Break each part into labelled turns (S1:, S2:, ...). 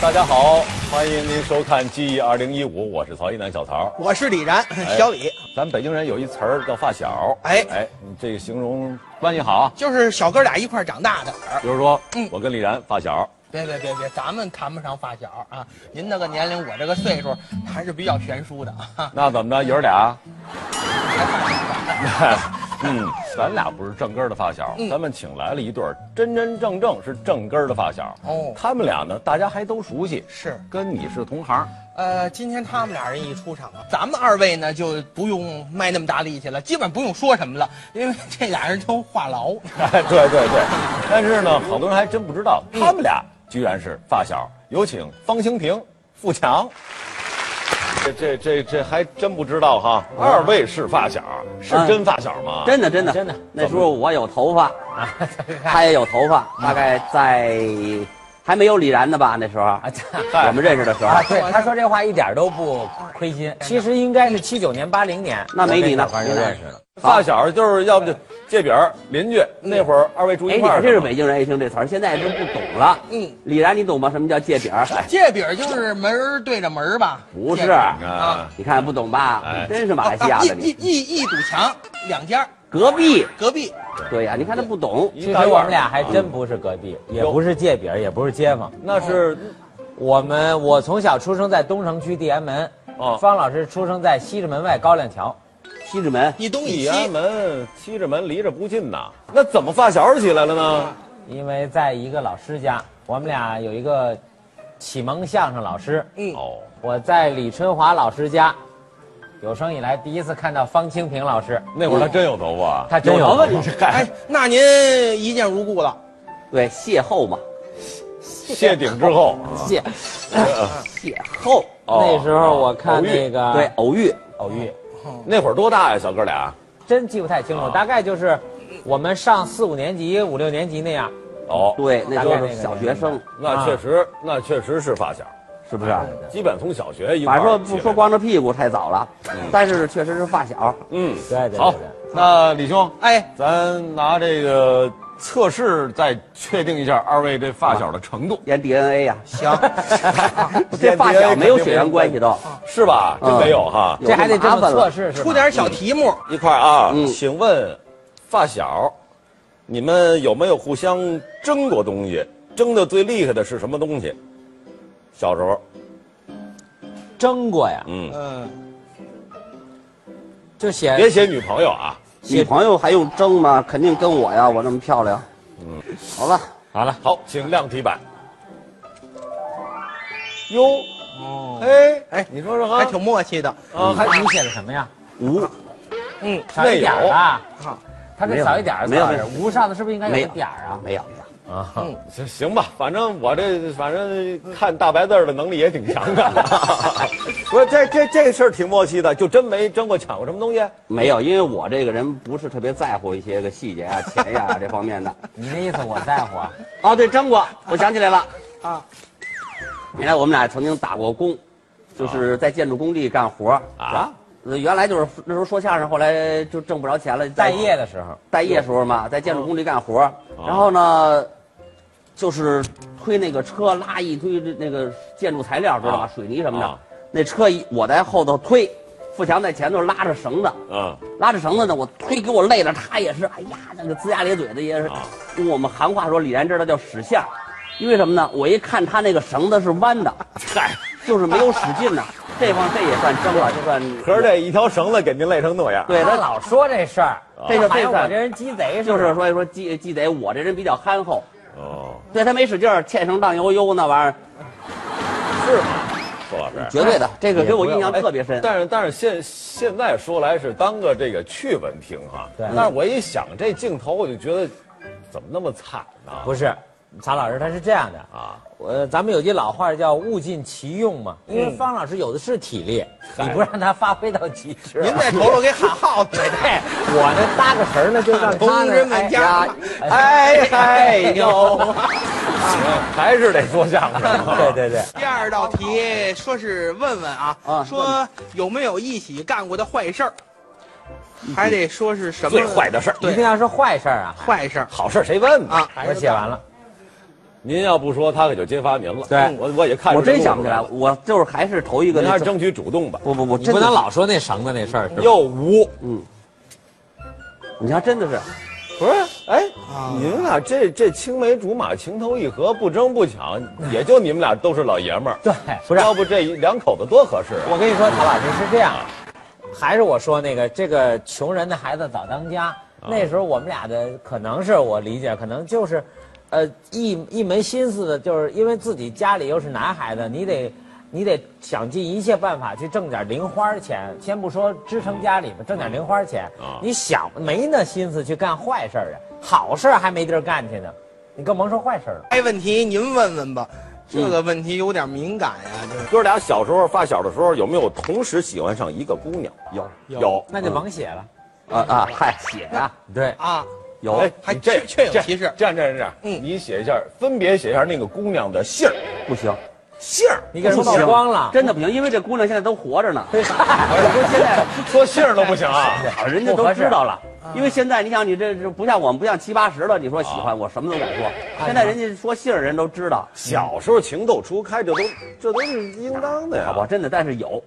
S1: 大家好，欢迎您收看《记忆二零一五》，我是曹一楠，小曹。
S2: 我是李然，
S1: 哎
S2: 小李，
S1: 咱北京人有一词儿叫发小，
S2: 哎
S1: 哎，你这个形容关系好啊。
S2: 就是小哥俩一块儿长大的。
S1: 比如说，
S2: 嗯
S1: 我跟李然发小，
S2: 别别别别，咱们谈不上发小啊，您那个年龄，我这个岁数还是比较悬殊的啊。
S1: 那怎么着，爷儿俩？ 嗯，咱俩不是正根儿的发小，
S2: 嗯
S1: 咱们请来了一对儿真真正正是正根儿的发小。
S2: 哦
S1: 他们俩呢，大家还都熟悉，
S2: 是，
S1: 跟你是同行。
S2: 呃，今天他们俩人一出场啊，咱们二位呢就不用卖那么大力气了，基本不用说什么了，因为 这俩人都话痨。
S1: 哎， 对对对，但是呢，好多人还真不知道，他们俩居然是发小。有请方兴平、付强。这这这这还真不知道哈，二位是发小，是真发小吗？
S3: 啊真的，真的，
S1: 真的
S3: 那时候我有头发，他也有头发，大概在还没有李然呢吧？那时候我们认识的时候，
S4: 啊，对，他说这话一点都不亏心。其实应该是七九年、八零年，
S3: 那没你呢哎
S4: 我那会儿就认识了。
S1: 啊发小就是要不就借饼儿邻居。那会儿二位住
S3: 哎，
S1: 一
S3: 你
S1: 块儿
S3: 看
S1: 吗，
S3: 这是北京人，一听这词儿，现在都不懂了。
S2: 嗯
S3: 李然，你懂吗？什么叫借饼儿？
S2: 这饼就是门儿对着门儿吧？
S3: 不是
S2: 这饼儿啊
S1: 啊，
S3: 你看不懂吧
S1: 哎？
S3: 真是马来西亚的
S2: 一一
S3: 你，
S2: 一一堵墙，两家
S3: 隔壁。
S2: 隔壁。
S3: 对呀，你看他不懂，
S1: 一
S4: 其实
S1: 大院儿嗯
S4: 我嗯们俩还真不是隔壁，也不是借饼，也不是街坊。
S1: 那是
S4: 我们我从小出生在东城区地安门，
S1: 哦
S4: 方老师出生在西直门外高亮桥。
S3: 西直门。
S2: 一东
S1: 地
S2: 一西，
S1: 安门西直门离着不近呐，那怎么发小起来了呢？
S4: 因为在一个老师家，我们俩有一个启蒙相声老师。
S2: 嗯，
S1: 哦，
S4: 我在李春华老师家，有生以来第一次看到方清平老师，
S1: 那会儿他真有头发，
S4: 他真有
S3: 有头发
S4: 头发
S2: 哎，那您一见如故了。
S3: 对，邂逅嘛，
S1: 谢顶之后，
S4: 谢。
S3: 邂逅。
S1: 哦
S4: 那时候我看
S1: 偶遇
S4: 那个
S3: 对，偶遇。
S4: 偶遇，
S1: 那会儿多大呀，小哥俩？
S4: 真记不太清楚，
S3: 啊
S4: 大概就是我们上四五年级、五六年级那样。
S1: 哦，
S3: 对，啊那时
S4: 大概那
S3: 候
S4: 个
S3: 是小学生，
S1: 那确实，那确实是发小，
S3: 是不是？
S1: 基本从小学一块
S3: 反
S1: 儿
S3: 正说不
S1: 起
S3: 说
S1: 来，
S3: 光着屁股太早了，但是确实是发小。
S1: 嗯，
S4: 对对
S1: 好
S4: 对对。
S1: 那李兄，
S2: 哎，
S1: 咱拿这个测试再确定一下二位这发小的程度，啊
S3: 验 DNA 呀、
S2: 行，
S3: 这发小没有血缘关系都，嗯
S1: 是吧？真没有哈。
S3: 有
S4: 这还得这
S3: 麻
S4: 么
S3: 烦
S4: 测
S3: 了。
S4: 试是吧？
S2: 出点小题目。
S1: 一块儿啊
S3: 嗯，
S1: 请问发小，你们有没有互相争过东西？争的最厉害的是什么东西？小时候，
S4: 争
S3: 啊
S4: 过呀，
S1: 嗯，
S2: 嗯，
S4: 就写
S1: 别写女朋友啊。
S3: 女朋友还用争吗？肯定跟我呀，我那么漂亮。嗯，好了，
S1: 好了，好，请亮题板。哟，
S2: 哦，
S1: 哎
S2: 哎
S1: 你说说哈
S2: 还挺默契的。
S3: 嗯
S1: 啊，还
S4: 你呃写的什么呀？
S3: 无
S2: 嗯，
S4: 少一点儿吧。
S2: 好，
S4: 他
S3: 没
S4: 这
S3: 有
S4: 少一点儿，
S3: 没有
S4: 少一
S3: 没
S4: 点
S3: 有
S4: 儿无上的是不是应该
S3: 没
S4: 有
S3: 有
S4: 个点儿啊？
S3: 没有没有，
S4: 啊，
S1: 嗯行行吧，反正我这反正看大白字儿的能力也挺强 的。不是这这这事儿挺默契的，就真没争过抢过什么东西。
S3: 没有，因为我这个人不是特别在乎一些个细节啊、钱呀、这方面的。
S4: 你那意思我在乎 啊？
S3: 哦，对，争过，我想起来了。
S2: 啊，
S3: 原来我们俩曾经打过工，就是在建筑工地干活儿
S1: 啊。
S3: 呃原来就是那时候说相声，后来就挣不着钱了，
S4: 待业的时候，
S3: 待业时候嘛，
S4: 嗯
S3: 在建筑工地干活儿，然后呢，就是推那个车拉一堆这那个建筑材料，知道
S4: 嗯
S1: 啊
S3: 吧？水泥什么的
S1: 啊，
S3: 那车一我在后头推，富强在前头拉着绳子，
S1: 嗯，
S3: 拉着绳子呢，我推给我累了，他也是，哎呀，那个龇牙咧嘴的也是
S4: 嗯
S1: 啊，
S3: 用我们行话说，李然知道叫使线儿，因为什么呢？我一看他那个绳子是弯 的，
S1: 嗨，
S3: 就是没有使劲呢，这方这也算争了，这算
S1: 可是这一条绳子给您累成那样。
S3: 对
S4: 他
S3: 他
S4: 老说这事儿，
S3: 这个
S4: 好像
S3: 这个
S4: 哎我这人鸡贼似
S3: 就
S4: 的。
S3: 是说说记记得我这人比较憨厚。
S1: 哦，
S3: 对他没使劲儿，欠绳荡悠悠那玩意儿，
S1: 哦是吗？傅老师，
S3: 绝对的，这个给我印象
S1: 哎
S3: 特别深。
S1: 但是但是现现在说来是当个这个趣闻听哈，
S4: 对
S1: 但是我一想这镜头，我就觉得怎么那么惨呢？
S4: 不是，曹老师他是这样的，
S1: 啊，
S4: 呃，咱们有句老话叫物尽其用嘛，
S3: 嗯
S4: 因为方老师有的是体力，你不让他发挥到极致。
S2: 您在头上给喊耗子。
S4: 哎，我呢搭个绳儿呢，就让他
S2: 同
S4: 呢
S2: 志们
S4: 哎
S2: 家，
S1: 哎哎呦， 还是得说相声。
S4: 对对对，
S2: 第二道题说是问问啊
S3: 啊，
S2: 说有没有一起干过的坏事儿，还得说是什么
S1: 最坏的事儿
S4: 一定
S2: 对，
S4: 要是坏事儿啊！
S2: 坏事儿
S4: 哎
S1: 好事儿谁问呢？
S2: 啊。
S4: 我写完了，
S1: 您要不说，他可就揭发您了。嗯
S4: 对
S1: 我我也看出
S3: 我
S1: 这
S3: 真
S1: 路
S3: 想不起来，
S1: 了。
S3: 我就是还是头一个
S1: 您
S3: 那
S1: 还是
S3: 个
S1: 争取主动吧。
S3: 不不不，
S4: 你
S3: 真
S4: 不
S3: 的
S4: 能，老说那绳子那事儿是吧？
S1: 又无，
S3: 你看真的是，
S1: 不是？哎，你们俩这这青梅竹马、情投意合、不争不抢，也就你们俩都是老爷们儿。
S4: 对，不是
S1: 要不这一两口子多合适啊！
S4: 我跟你说，曹老师是这样，还是我说那个这个穷人的孩子早当家。那时候我们俩的可能是我理解，可能就是，呃，一一门心思的，就是因为自己家里又是男孩子，你得。你得想尽一切办法去挣点零花钱，先不说支撑家里吧，挣点零花钱
S1: 啊，
S4: 你想没那心思去干坏事儿啊？好事儿还没地儿干去呢，你更甭说坏事儿了。
S2: 该问题您问问吧，这个问题有点敏感呀、就是
S1: 哥俩小时候发小的时候，有没有同时喜欢上一个姑娘？有有。
S4: 那就甭写了。
S3: 啊啊，嗨，写啊，
S4: 对，
S2: 啊，
S3: 有
S1: 哎，
S2: 还
S1: 你这
S2: 确确有
S1: 这
S2: 其事
S1: 这样这样这样，
S2: 嗯
S1: 你写一下，分别写一下那个姑娘的姓儿
S3: 不行，
S1: 姓儿
S4: 你给
S3: 不
S4: 说曝
S3: 行
S4: 光了，
S3: 真的不行，因为这姑娘现在都活着呢，
S1: 哎 说姓儿都不行啊！
S3: 啊人家
S4: 不
S3: 都
S4: 合适啊
S3: 知道了。因为现在你想，你这这不像我们，不像七八十了，你说喜
S4: 啊
S3: 欢我什么都敢说。
S4: 哎
S3: 现在人家说姓儿人都知道，
S1: 小时候情窦初开，这都这都是应当的呀
S4: 啊
S3: 好。吧，真的，但是有，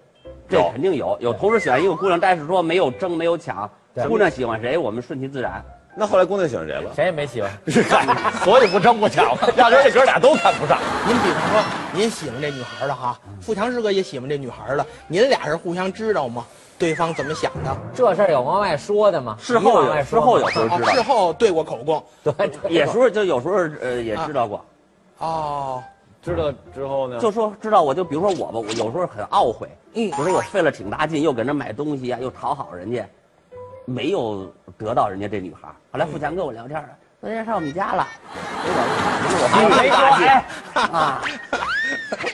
S3: 这
S1: 有
S3: 肯定有，有同时喜欢一个姑娘，但是说没有争没有抢，姑娘喜欢谁，我们顺其自然。
S1: 那后来姑娘喜欢谁 了？
S4: 谁也没喜欢。
S1: 啊所以不争不抢，压根儿这哥俩都看不上。
S2: 您比方说您喜欢这女孩了哈，富强师哥也喜欢这女孩了，您俩是互相知道吗？对方怎么想的？
S4: 这事儿有往外说的吗？
S3: 事后
S4: 你往外
S3: 有，事
S4: 说吗
S3: 后有时候知
S2: 哦事
S3: 道，
S2: 后对我口供
S4: 对，对
S3: 也时候就有时候呃也知道过，
S2: 哦，
S1: 知道之后
S4: 嗯
S1: 呢？
S3: 就说知道我就比如说我吧，我有时候很懊悔，
S2: 嗯
S3: 比如说我费了挺大劲，又给人买东西啊，又讨好人家，没有得到人家这女孩儿。后来富强跟我聊天了，昨天上我们家了，我我我费了大劲
S4: 哎
S3: 啊，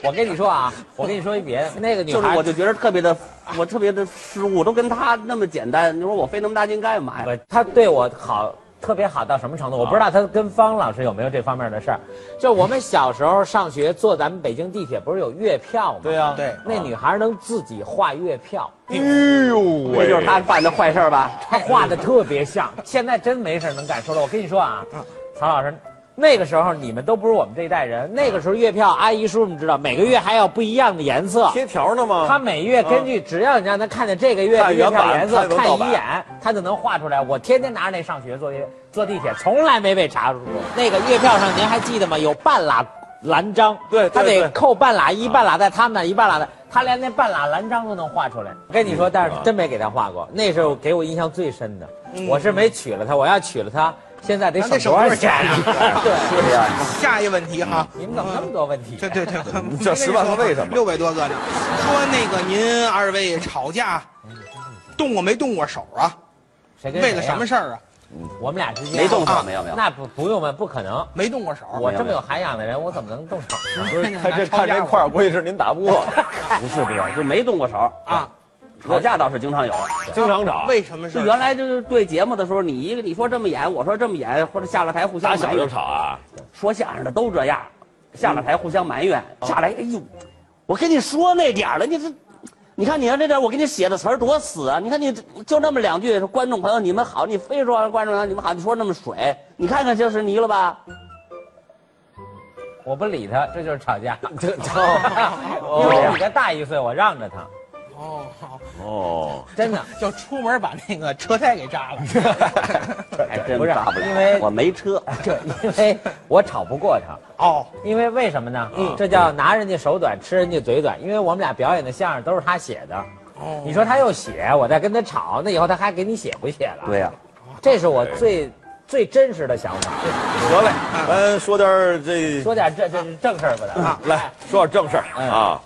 S4: 我跟你说啊，我跟你说一别的，那个女
S3: 就是
S4: 孩
S3: 我就觉得特别的，我特别的失误，都跟他那么简单，你说我费啊那么大劲干嘛呀？
S4: 我她对我好，特别好到什么程度？我不知道她跟方老师有没有这方面的事儿。就我们小时候上学坐咱们北京地铁，不是有月票吗？
S1: 对
S3: 啊
S1: 呀，
S2: 对
S4: 那女孩能自己画月票，
S1: 哎
S3: 嗯
S1: 呦喂，
S3: 这就是他办的坏事儿吧？
S4: 她画的特别像。现在真没事儿能敢说了。我跟你说啊，曹老师。那个时候你们都不是我们这一代人，那个时候月票阿姨叔叔们知道，每个月还要不一样的颜色，
S1: 贴条呢吗？
S4: 他每月根据只要你让他看见这个月
S1: 嗯
S4: 的
S1: 看
S4: 月
S1: 原版
S4: 票颜色
S1: 看文盗
S4: 看
S1: 版
S4: 一眼，他就能画出来。我天天拿着那上学坐地坐地铁，从来没被查出过。那个月票上您还记得吗？有半拉蓝章，
S1: 对对
S4: 他
S1: 对
S4: 得扣半拉一，半拉在他们那，一半拉在。他连那半拉蓝章都能画出来，我跟你说，但是真没给他画过。那是给我印象最深的，
S1: 嗯
S4: 我是没娶了她，我要娶了她，现在得
S2: 那得
S4: 省
S2: 省
S4: 多
S2: 多
S4: 少
S2: 少
S4: 钱
S2: 钱
S4: 啊？
S2: 啊？
S4: 对，
S3: 对呀、
S2: 下一问题哈，
S4: 你们怎么那么多问题？啊
S2: 对对 对，
S1: 这10万个为什么
S2: 六百多个呢？说那个您二位吵架，动过没动过手啊？
S4: 谁跟谁
S2: 为了
S4: 呀
S2: 什么事儿啊？
S4: 我们俩之间
S3: 没动手，
S2: 啊
S3: 没有没有。
S4: 那不不用问，不可能。
S2: 没动过手，
S4: 我这么有涵养的人，我怎么能动手？
S1: 不是他这看这块儿，估计是您打不过，
S3: 不是不是，就没动过手
S2: 啊，
S3: 吵架倒是经常有。
S1: 经常吵。啊
S2: 为什么事
S3: 就
S2: 儿？啊
S3: 原来就是对节目的时候，你一个你说这么演，我说这么演，或者下了台互
S1: 打
S3: 相埋
S1: 小就
S3: 怨，
S1: 吵啊？
S3: 说相声的都这样，下了台互相埋怨，下来哎呦，我跟你说那点儿了，你这。你看，你看这点儿，我给你写的词儿多死啊！你看你就那么两句，观众朋友你们好，你非说观众朋友你们好，你说那么水，你看看就是泥了吧？
S4: 我不理他，这就是吵架。哦
S1: 这
S4: 因为我比他大一岁，我让着他，
S2: 哦，好
S1: 哦，
S4: 真的。
S2: 就出门把那个车胎给扎了。
S3: 还真
S4: 不是
S3: 大不了，
S4: 因为
S3: 我没车，
S4: 这因为我吵不过他，
S2: 哦，
S4: 因为为什么呢？这叫拿人家手短，吃人家嘴短。因为我们俩表演的相声都是他写的，
S2: 哦
S4: 你说他又写，我再跟他吵，那以后他还给你写回写了。
S3: 对，呀、
S4: 这是我最最真实的想法。
S1: 得嘞，咱说点儿这
S4: 说点这这是正事儿吧，啊咱们。
S1: 来说点正事儿
S4: 哎
S1: 啊，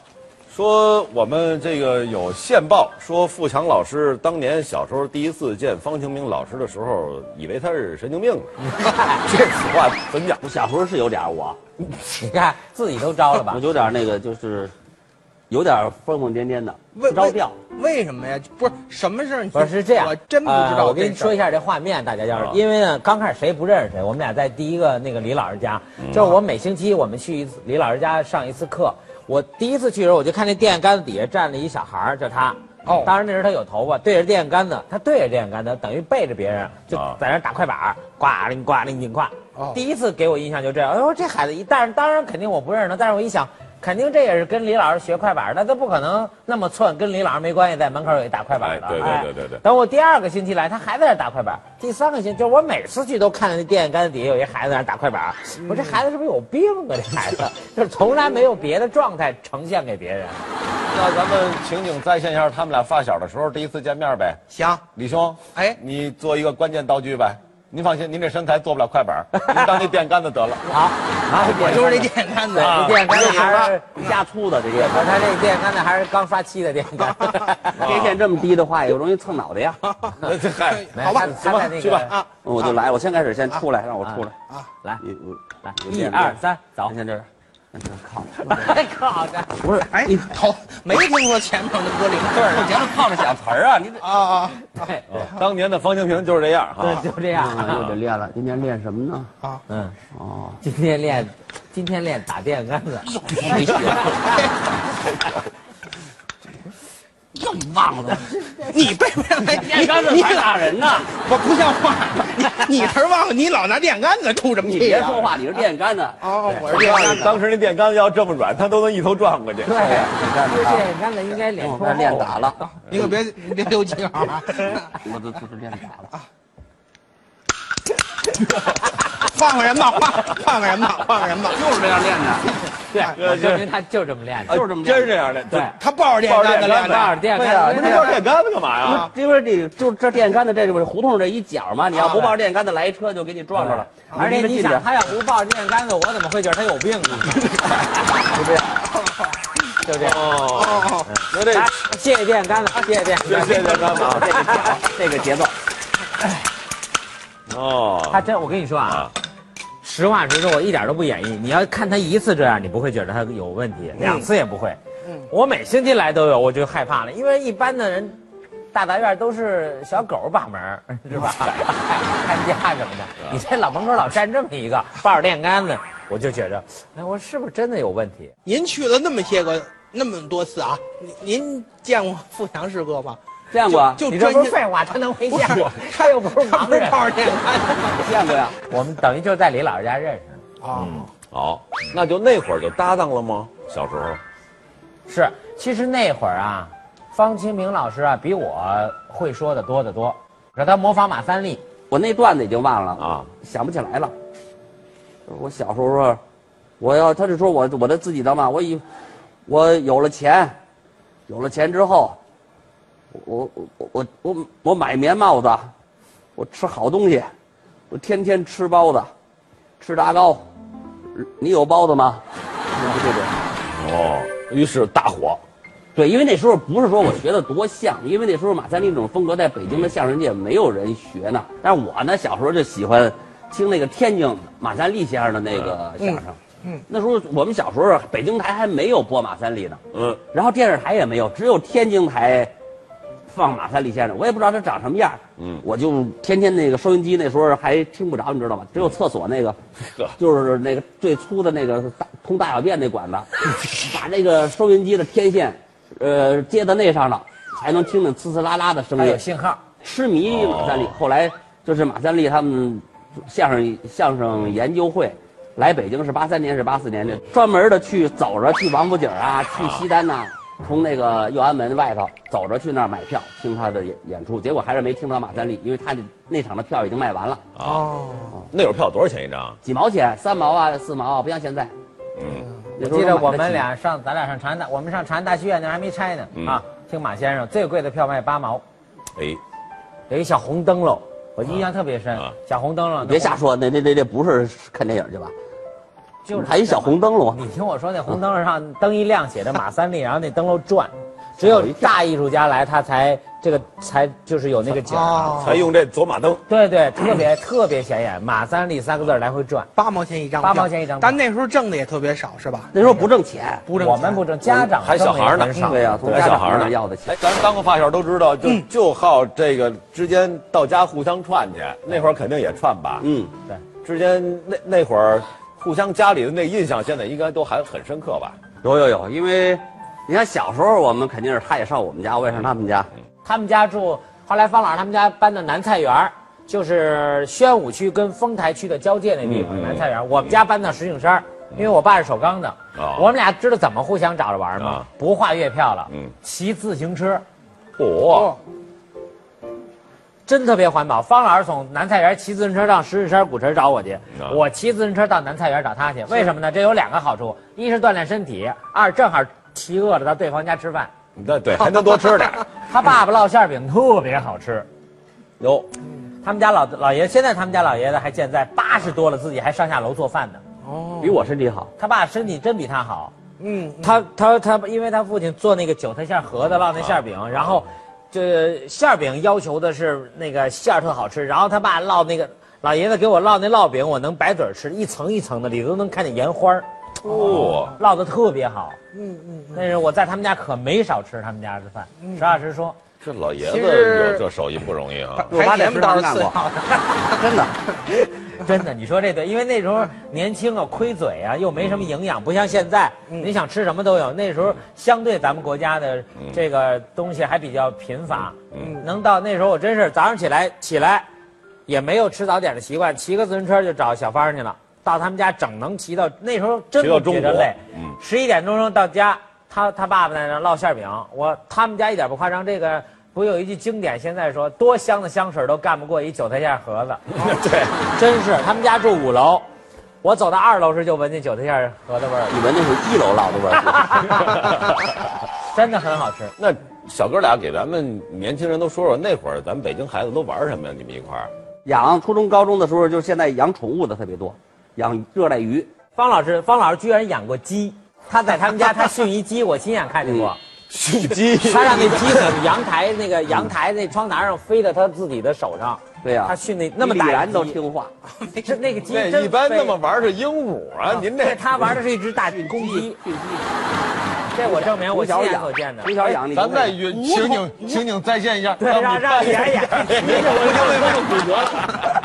S1: 说我们这个有线报说富强老师当年小时候第一次见方清明老师的时候，以为他是神经 病呢。这此话怎讲？
S3: 我小时候是有点儿我，
S4: 你看自己都招了吧
S1: 啊
S3: 我？有点儿那个就是，有点儿疯疯癫癫的，不
S2: 为
S3: 着调。
S2: 为什么呀？不是什么事儿？
S4: 不是是这样，
S2: 我真不知
S4: 呃
S2: 道。
S4: 我跟你说一
S2: 下，
S4: 下这画面，大家要
S1: 啊
S4: 是因为呢，刚开始谁不认识谁，我们俩在第一个那个李老师家，
S1: 嗯
S4: 就是我每星期我们去一次李老师家上一次课。我第一次去的时候，我就看那电线杆子底下站了一小孩儿，就他。
S2: 哦
S4: 当然那时候他有头发，对着电线杆子，他对着电线杆子，等于背着别人，就
S1: 啊
S4: 在那儿打快板儿，呱铃呱铃铃呱。
S5: 哦
S4: 第一次给我印象就这样。哎呦，这孩子一，但是当然肯定我不认识他，但是我一想，肯定这也是跟李老师学快板的，那他不可能那么寸，跟李老师没关系，在门口有一打快板的。
S1: 哎对对
S4: 哎
S1: 对对对
S4: 等我第二个星期来，他还在那儿打快板。第三个星期，就是我每次去都看见那电线杆子底下有一孩子在那儿打快板。
S1: 嗯
S4: 我说这孩子是不是有病啊？这孩子就是从来没有别的状态呈现给别人。啊
S1: 那咱们情景再现一下他们俩发小的时候第一次见面呗。
S2: 行，
S1: 李兄，
S2: 哎
S1: 你做一个关键道具呗。您放心，您这身材做不了快 板，您当那电杆子得了。
S4: 好，啊，
S2: 我就是那电线杆子。
S4: 这电线杆子还是。
S3: 加粗的这些，
S4: 啊，他这个电线杆子还是刚刷漆的电 线杆，
S3: 电线这么低的话，也容易蹭脑袋呀。
S1: 这 嗨，
S4: 好吧，他在那
S1: 去吧
S4: 个，
S3: 嗯我就来，我先开始，先出来，让我啊出来。
S4: 来
S3: 你我
S4: 来，
S3: 我
S4: 一
S1: 嗯
S3: 这样
S4: 二三，走
S3: 你，看这儿，你看 靠，
S4: 靠着，
S3: 不是，
S2: 哎，你头没听说前面有那么多零碎儿
S3: 你
S2: 呢
S3: 前面靠着小词儿啊，你这
S2: 啊啊
S1: 当年的方清平就是这样哈。
S4: 对，就这
S3: 啊又
S4: 样，
S3: 得练了。今天练什么呢？
S2: 啊！
S4: 嗯，
S3: 哦，
S4: 今天练，今天练打电线杆子，
S1: 哎
S3: 没学。又忘 了，
S2: 你背不上来，
S3: 电杆子
S2: 你
S3: 才打人呢！
S2: 我不像话，你你词儿忘了，你老拿电线杆子出什么
S3: 你
S2: 气
S3: 别
S2: 啊？
S3: 说话，你是电杆子。
S2: 哦，我是电
S1: 要
S2: 线杆
S1: 是
S2: 子。
S1: 当时那电杆子要这么软，他都能一头转过去。
S4: 对，这电线杆子应该脸啊
S3: 我
S4: 冲
S3: 这
S4: 后，
S3: 嗯练打了，
S2: 你可别你别留记号啊！
S3: 我这这是练打了。
S2: 换个人吧，换换个人吧，换个人吧。
S3: 就是这样练的，
S4: 对，我证明他啊就这么练的，
S3: 呃就是这么
S1: 真是
S3: 练。
S1: 这样的。
S4: 对，啊
S2: 他抱着电线杆子练
S4: 抱
S2: 的，
S4: 着电线
S1: 对呀，
S4: 杆
S1: 你
S4: 子
S1: 们
S4: 练
S1: 抱
S4: 的，
S1: 着电杆子干嘛呀？
S3: 不，因为这就这电杆子，这就是胡同这一角嘛。你要不抱着电杆子来一车，就给你撞着了。
S4: 而且啊嗯你想，他要不抱着电线杆子，我怎么会觉得他有病 呢？就这样，就这样。
S1: 哦，那这
S4: 来，谢谢电线杆子，谢谢电线
S1: 谢
S4: 杆
S1: 谢
S4: 子。
S1: 电杆子啊。
S3: 这个节这个节奏，
S4: 他
S1: 哦，
S4: 真，我跟你说啊，实话实说，我一点都不演绎。你要看他一次这样，你不会觉得他有问题，
S2: 嗯
S4: 两次也不会。我每星期来都有，我就害怕了，因为一般的人，大杂院都是小狗把门儿， 是吧？看家什么的，
S2: 啊
S4: 你这老门口老站这么一个抱着电杆子，我就觉着，哎，我是不是真的有问题？
S2: 您去了那么些个那么多次啊，您您见过富强师哥吗？
S3: 见过啊
S2: 就
S4: 你
S2: 就
S4: 这不
S2: 专
S4: 是
S2: 业，
S4: 废话，他能回家吗？他又不是
S2: 他
S4: 盲
S2: 不是
S4: 人。
S2: 抱着电线杆子
S3: 见过呀。
S4: 我们等于就是在李老师家认识的。
S2: 啊。
S1: 好，那就那会儿就搭档了吗？小时候，
S4: 是，其实那会儿啊，方清平老师啊比我会说的多得多。让他模仿马三立，
S3: 我那段子已经忘了
S1: 啊，
S3: 想不起来了。我小时候，我要他就说我我的自己的嘛，我以我有了钱，有了钱之后，我我我我我买棉帽子，我吃好东西，我天天吃包子，吃炸糕。你有包子吗？ 就这种。
S1: 哦，于是大火。
S3: 对，因为那时候不是说我学的多像，因为那时候马三立这种风格在北京的相声界没有人学呢。但是我呢，小时候就喜欢听那个天津马三立先生的那个相声。嗯，那时候我们小时候北京台还没有播马三立呢，
S1: 嗯，
S3: 然后电视台也没有，只有天津台放马三立先生。我也不知道他长什么样。
S1: 嗯
S3: 我就天天那个收音机那时候还听不着，你知道吗？只有厕所那个
S1: 呵，
S3: 就是那个最粗的那个大通大小便那 管子，把那个收音机的天线，呃，接到那上了，才能听见呲呲啦啦的声
S4: 他
S3: 音
S4: 有。信号。
S3: 痴迷马三立
S1: 哦，
S3: 后来就是马三立他们相声相声研究会来北京是八三年是八四年的，专门的去走着去王府井啊，去西单呐、从那个右安门外头走着去那儿买票听他的演演出，结果还是没听到马三立，因为他的那场的票已经卖完了，
S2: 哦
S1: 那会儿票多少钱一张？
S3: 几毛钱，三毛啊四毛啊，不像现在。
S1: 嗯，
S3: 那时候
S4: 记得
S3: 能买
S4: 我
S3: 得
S4: 们
S3: 起
S4: 俩上，咱俩上长安大，我们上长安大剧院那还没拆呢、
S1: 嗯
S4: 啊！听马先生最贵的票卖八毛，
S1: 哎，
S4: 有一小红灯笼，我印象特别深。
S1: 啊
S4: 小红灯笼，
S3: 别瞎说，那那那那不是看电影去吧？
S4: 就是嗯
S3: 还一小红灯笼，
S4: 你听我说，那红灯笼上灯一亮，写着马三立，然后那灯笼 转，只有大艺术家来，他才这个才就是有那个景儿。啊
S2: 哦，
S1: 才用这走马灯。
S4: 对对，特别特别显眼，马三立三个字儿来回转。
S2: 八毛钱一张票，
S4: 八毛钱一张票
S2: 但那时候挣的也特别少，是吧？
S3: 那时候不挣钱，
S2: 不挣钱
S4: 我们不挣，家长
S1: 啊还小孩儿呢嗯
S4: 挣得也很少
S3: 对
S1: 还
S3: 呀，从家
S1: 小
S3: 长
S1: 孩儿
S3: 那
S1: 呢
S3: 儿要的钱。
S1: 哎，咱们当过发小都知道，就、就好这个之间到家互相串去，那会儿肯定也串吧。
S3: 嗯，
S1: 之间那那会儿互相家里的那印象，现在应该都还很深刻吧？
S3: 有有有，因为你看小时候我们肯定是他也上我们家，我也上他们家，
S4: 他们家住，后来方老师他们家搬到南菜园儿就是宣武区跟丰台区的交界那地方，
S1: 嗯嗯
S4: 南菜园。我们家搬到石景山，因为我爸是首钢的
S1: 哦，
S4: 我们俩知道怎么互相找着玩吗
S1: 啊？
S4: 不画月票了
S1: 嗯，
S4: 骑自行车，
S1: 哦嚯，
S4: 真特别环保。方老师从南菜园骑自行车到石景山古城找我去
S1: 啊，
S4: 我骑自行车到南菜园找他去。为什么呢？这有两个好处：一是锻炼身体，二正好骑饿了到对方家吃饭。
S1: 那对还能多吃点儿
S4: 他爸爸烙馅儿饼特别好吃。
S1: 哟。
S4: 他们家老老爷，现在他们家老爷子还健在，八十多了，自己还上下楼做饭呢。
S3: 比我身体好。
S4: 他爸身体真比他好。
S2: 嗯，
S4: 他他他，因为他父亲做那个韭菜馅儿盒子烙那馅儿
S2: 啊
S4: 饼，然后这馅儿饼要求的是那个馅儿特好吃，然后他爸烙那个老爷子给我烙那烙饼，我能白嘴儿吃，一层一层的，里头都能看见盐花儿，
S1: 哦，
S4: 烙的特别好。
S2: 嗯嗯，
S4: 那是我在他们家可没少吃他们家的饭，实话实说，
S1: 这老爷子
S2: 其实
S1: 有这手艺不容易啊！
S3: 我爸在食堂
S2: 还
S3: 干
S2: 嫌不着
S3: 过
S2: 刺，
S3: 真的。
S4: 真的，你说这对，因为那时候年轻啊，亏嘴啊，又没什么
S1: 嗯
S4: 营养，不像现在，你想吃什么都有。那时候相对咱们国家的
S1: 嗯
S4: 这个东西还比较贫乏，嗯能到那时候我真是早上起来起来，也没有吃早点的习惯，骑个自行车就找小芳去了，到他们家整能骑到那时候真
S1: 骑到
S4: 不
S1: 中
S4: 觉得
S1: 国
S4: 累
S1: 嗯，
S4: 十一点钟钟到家，他他爸爸在那烙馅饼，我他们家一点不夸张，这个。不有一句经典，现在说多香的香水都干不过一韭菜馅儿盒子。
S1: 对，
S4: 真是，他们家住五楼，我走到二楼时就闻见韭菜馅儿盒子味儿了，
S3: 你闻那是一楼烙的味 儿，
S4: 真的很好吃。
S1: 那小哥俩给咱们年轻人都说说，那会儿咱们北京孩子都玩什么呀？你们一块儿
S3: 养初中、高中的时候，就是现在养宠物的特别多，养热带鱼。
S4: 方老师，方老师居然养过鸡，他在他们家他训一鸡，我亲眼看见过，
S1: 蓄鸡，
S4: 他让那鸡从阳台那个阳台那窗台上飞到他自己的手上，
S3: 对呀、
S4: 他训那那么
S3: 李
S4: 大
S3: 然
S4: 一
S3: 都
S4: 鸡，
S3: 听话，
S4: 是那个鸡
S1: 那
S4: 真
S1: 一般
S4: 飞
S1: 那么玩是鹦鹉啊，您
S4: 对
S1: 这
S4: 他玩的哦是一只大公鸡，
S3: 驯鸡，
S4: 这我证哎明我
S3: 从
S4: 亲
S3: 小养，
S4: 眼所见的。
S3: 从小养那
S1: 咱再
S3: 个。
S1: 约情景情景再现一下，
S4: 对，让让演 演，
S1: 我就没有骨骼了。